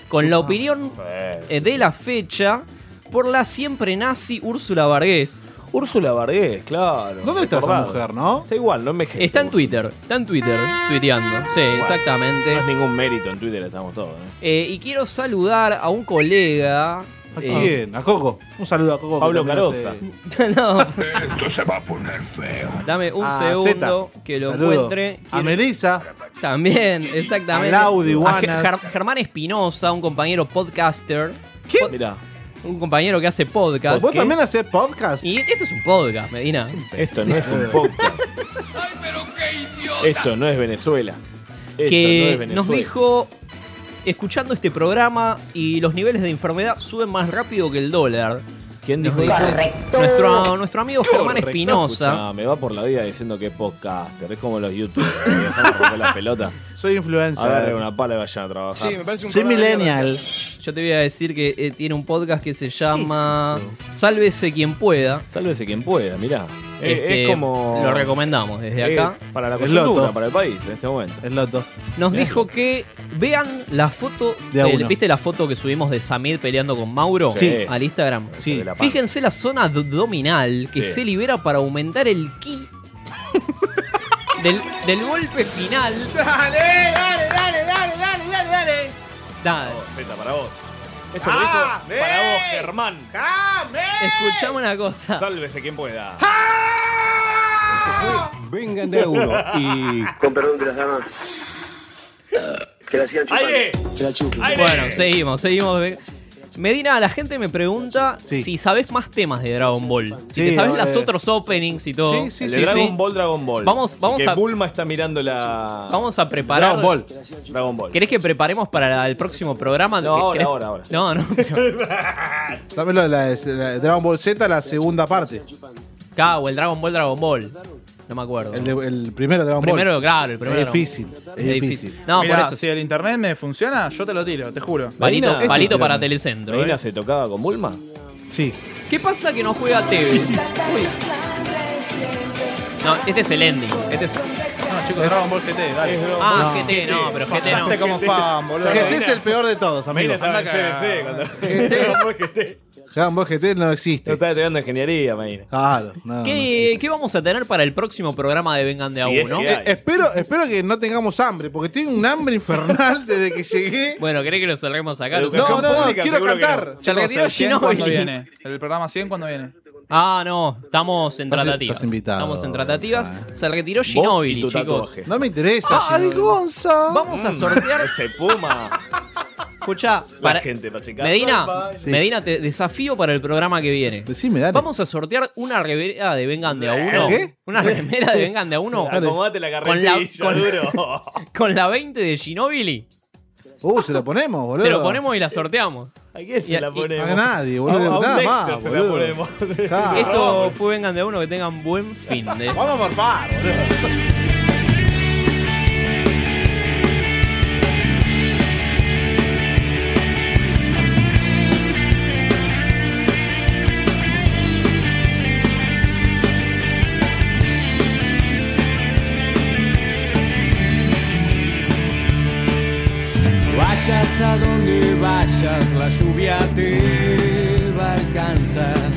B: con la
D: Ah,
B: opinión eh, de la fecha por la siempre nazi Úrsula Vargés.
C: Úrsula Vargés, claro.
B: ¿Dónde está esa mujer,
D: no?
C: Está igual, no envejece.
B: Está en Twitter, está en Twitter, tuiteando. Sí,
C: Bueno,
B: exactamente.
C: No es ningún mérito, en Twitter estamos todos. ¿eh?
B: Eh, y quiero saludar a un colega. eh, ¿A
D: Bien, a Coco. Un saludo a Coco. que
B: Pablo
D: también hace-
B: Caroza. no. Esto se va a poner feo. Dame un
D: A
B: segundo
D: Zeta.
B: que lo
D: Saludo.
B: encuentre.
D: A Melissa.
B: También, exactamente.
D: A Laudi,
B: A Ge-
D: Guanas.
B: Ger- Germán Espinosa, un compañero podcaster.
D: ¿Qué?
C: Mirá.
B: Un compañero que hace podcast.
D: ¿Vos
B: ¿Qué?
D: también hacés podcast?
B: Y esto es un podcast, Medina.
C: Esto no es un podcast. Esto no es Venezuela. Esto no es
B: que
C: Venezuela.
B: nos dijo, escuchando este programa y los niveles de enfermedad suben más rápido que el dólar. ¿Quién
C: dijo eso? Correcto.
B: Nuestro, nuestro amigo Germán
C: Correcto,
B: Espinosa.
C: escuchá, Me va por la vida diciendo que es podcaster. Es como los youtubers. que dejan romper la pelota.
D: Soy influencer.
C: Agarren una pala y vayan a trabajar.
D: Soy millennial.
B: Yo te voy a decir que eh, tiene un podcast que se llama Sálvese quien pueda.
C: Sálvese quien pueda, mirá. Eh,
B: Este,
C: es como.
B: Lo recomendamos desde
C: Eh,
B: acá.
C: Para la
B: Es
C: coyuntura,
B: loto.
C: para el país en este momento.
D: Es loto.
B: Nos dijo que vean la foto.
C: De a
B: del-
C: uno.
B: ¿Viste la foto que subimos de Samir peleando con Mauro
C: Sí.
B: al Instagram?
C: Sí.
B: Fíjense la zona abdominal que
C: Sí.
B: se libera para aumentar el ki del, del golpe final.
K: Dale, dale, dale, dale, dale, dale, dale.
B: Nada,
C: Oh, para vos. Esto
K: lo dijo
P: Ah,
C: para vos, Germán.
B: Escuchame una cosa.
C: Sálvese quien pueda.
L: Vengan de a uno y. Con perdón de las damas. Que la sigan chupando.
B: ¡Aire!
L: Que la chupen.
B: Bueno, seguimos, seguimos. Medina, la gente me pregunta si sabes más temas de Dragon Ball. Si
C: Sí,
B: te sabes
C: eh,
B: las otros openings y todo.
C: Sí, sí, sí. Dragon Ball, Dragon Ball.
B: Vamos, vamos
C: que
B: a.
C: Bulma está mirando
D: Ah.
C: la.
B: Vamos a preparar.
C: Dragon Ball. Dragon Ball.
B: ¿Querés que preparemos para el próximo programa?
C: No,
B: ¿Qué-
C: ahora,
B: querés-
C: ahora, ahora.
B: No, no.
D: Dame lo de la, de la de Dragon Ball Z, la segunda parte.
B: Cago, el Dragon Ball, Dragon Ball. No me acuerdo.
D: El, de- el primero Dragon
B: Primero,
D: Ball.
B: claro, el primero.
D: Es difícil. Es difícil.
B: No,
M: Mirá,
B: por eso.
M: Si el internet me funciona, yo te lo tiro, te juro.
B: Palito,
D: Este
M: Marina,
B: palito para Telecentro. ¿eh?
M: Medina
C: este, se tocaba con Bulma?
D: Sí.
B: ¿Qué pasa que no juega TV? No, este es el ending. Este es...
M: No, chicos, Dragon Ball GT, dale.
B: Ah, GT, no, pero GT no.
M: Fallaste como fan, boludo.
D: GT es el peor de todos, amigo.
C: Estaba en CBC cuando. Dragon Ball GT.
D: Dragon Ball GT no existe.
C: No estaba estudiando ingeniería, Marina.
D: Claro, Ah, no, no
B: ¿Qué, qué vamos a tener para el próximo programa de Vengan de a
D: Sí, es
B: uno? Eh,
D: que hay. Espero, espero que no tengamos hambre, porque tengo un hambre infernal desde que llegué.
B: Bueno, ¿querés que lo salgamos acá?
D: No, no, no, quiero cantar.
B: Se retiró
M: cuando
B: Ginóbili.
M: viene. El programa 100 cuando viene.
B: Ah, no, estamos en
M: Estás-
B: tratativas.
M: estás invitado,
B: estamos en tratativas. Se retiró Ginobili, chicos.
D: No me interesa.
B: Ay,
D: Ginóbili.
B: Vamos a sortear.
C: Ese Puma.
B: Escucha,
C: La gente, para chicar.
B: Medina,
C: Sí.
B: Medina, te desafío para el programa que viene. Vamos a sortear una remera de Vengan de a uno.
C: ¿Qué?
B: Una remera de Vengan de a uno.
C: Acomodate la carretilla,
B: con la, con-
C: duro.
B: con la 20 de Ginobili.
D: Uh, se lo ponemos, boludo.
B: Se lo ponemos y la sorteamos.
N: ¿A quién se
B: Y a-
N: la
B: y-
N: ponemos?
D: a nadie, boludo,
N: A- a un
D: nada más,
N: Dexter se
D: boludo.
N: la ponemos.
B: Esto fue Vengan de a Uno, que tengan buen fin. de-
D: Vamos a morfar, boludo.
P: Vayas a donde vayas, la lluvia te va a alcanzar.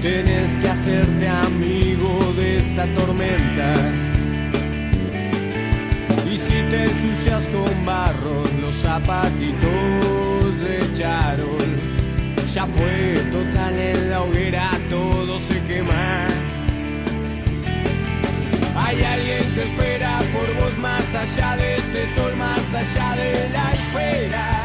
P: Tienes que hacerte amigo de esta tormenta. Y si te ensucias con barro, los zapatitos de charol. Ya fue total en la hoguera, todo se quema. Hay alguien que espera por vos más allá de este sol, más allá de la espera.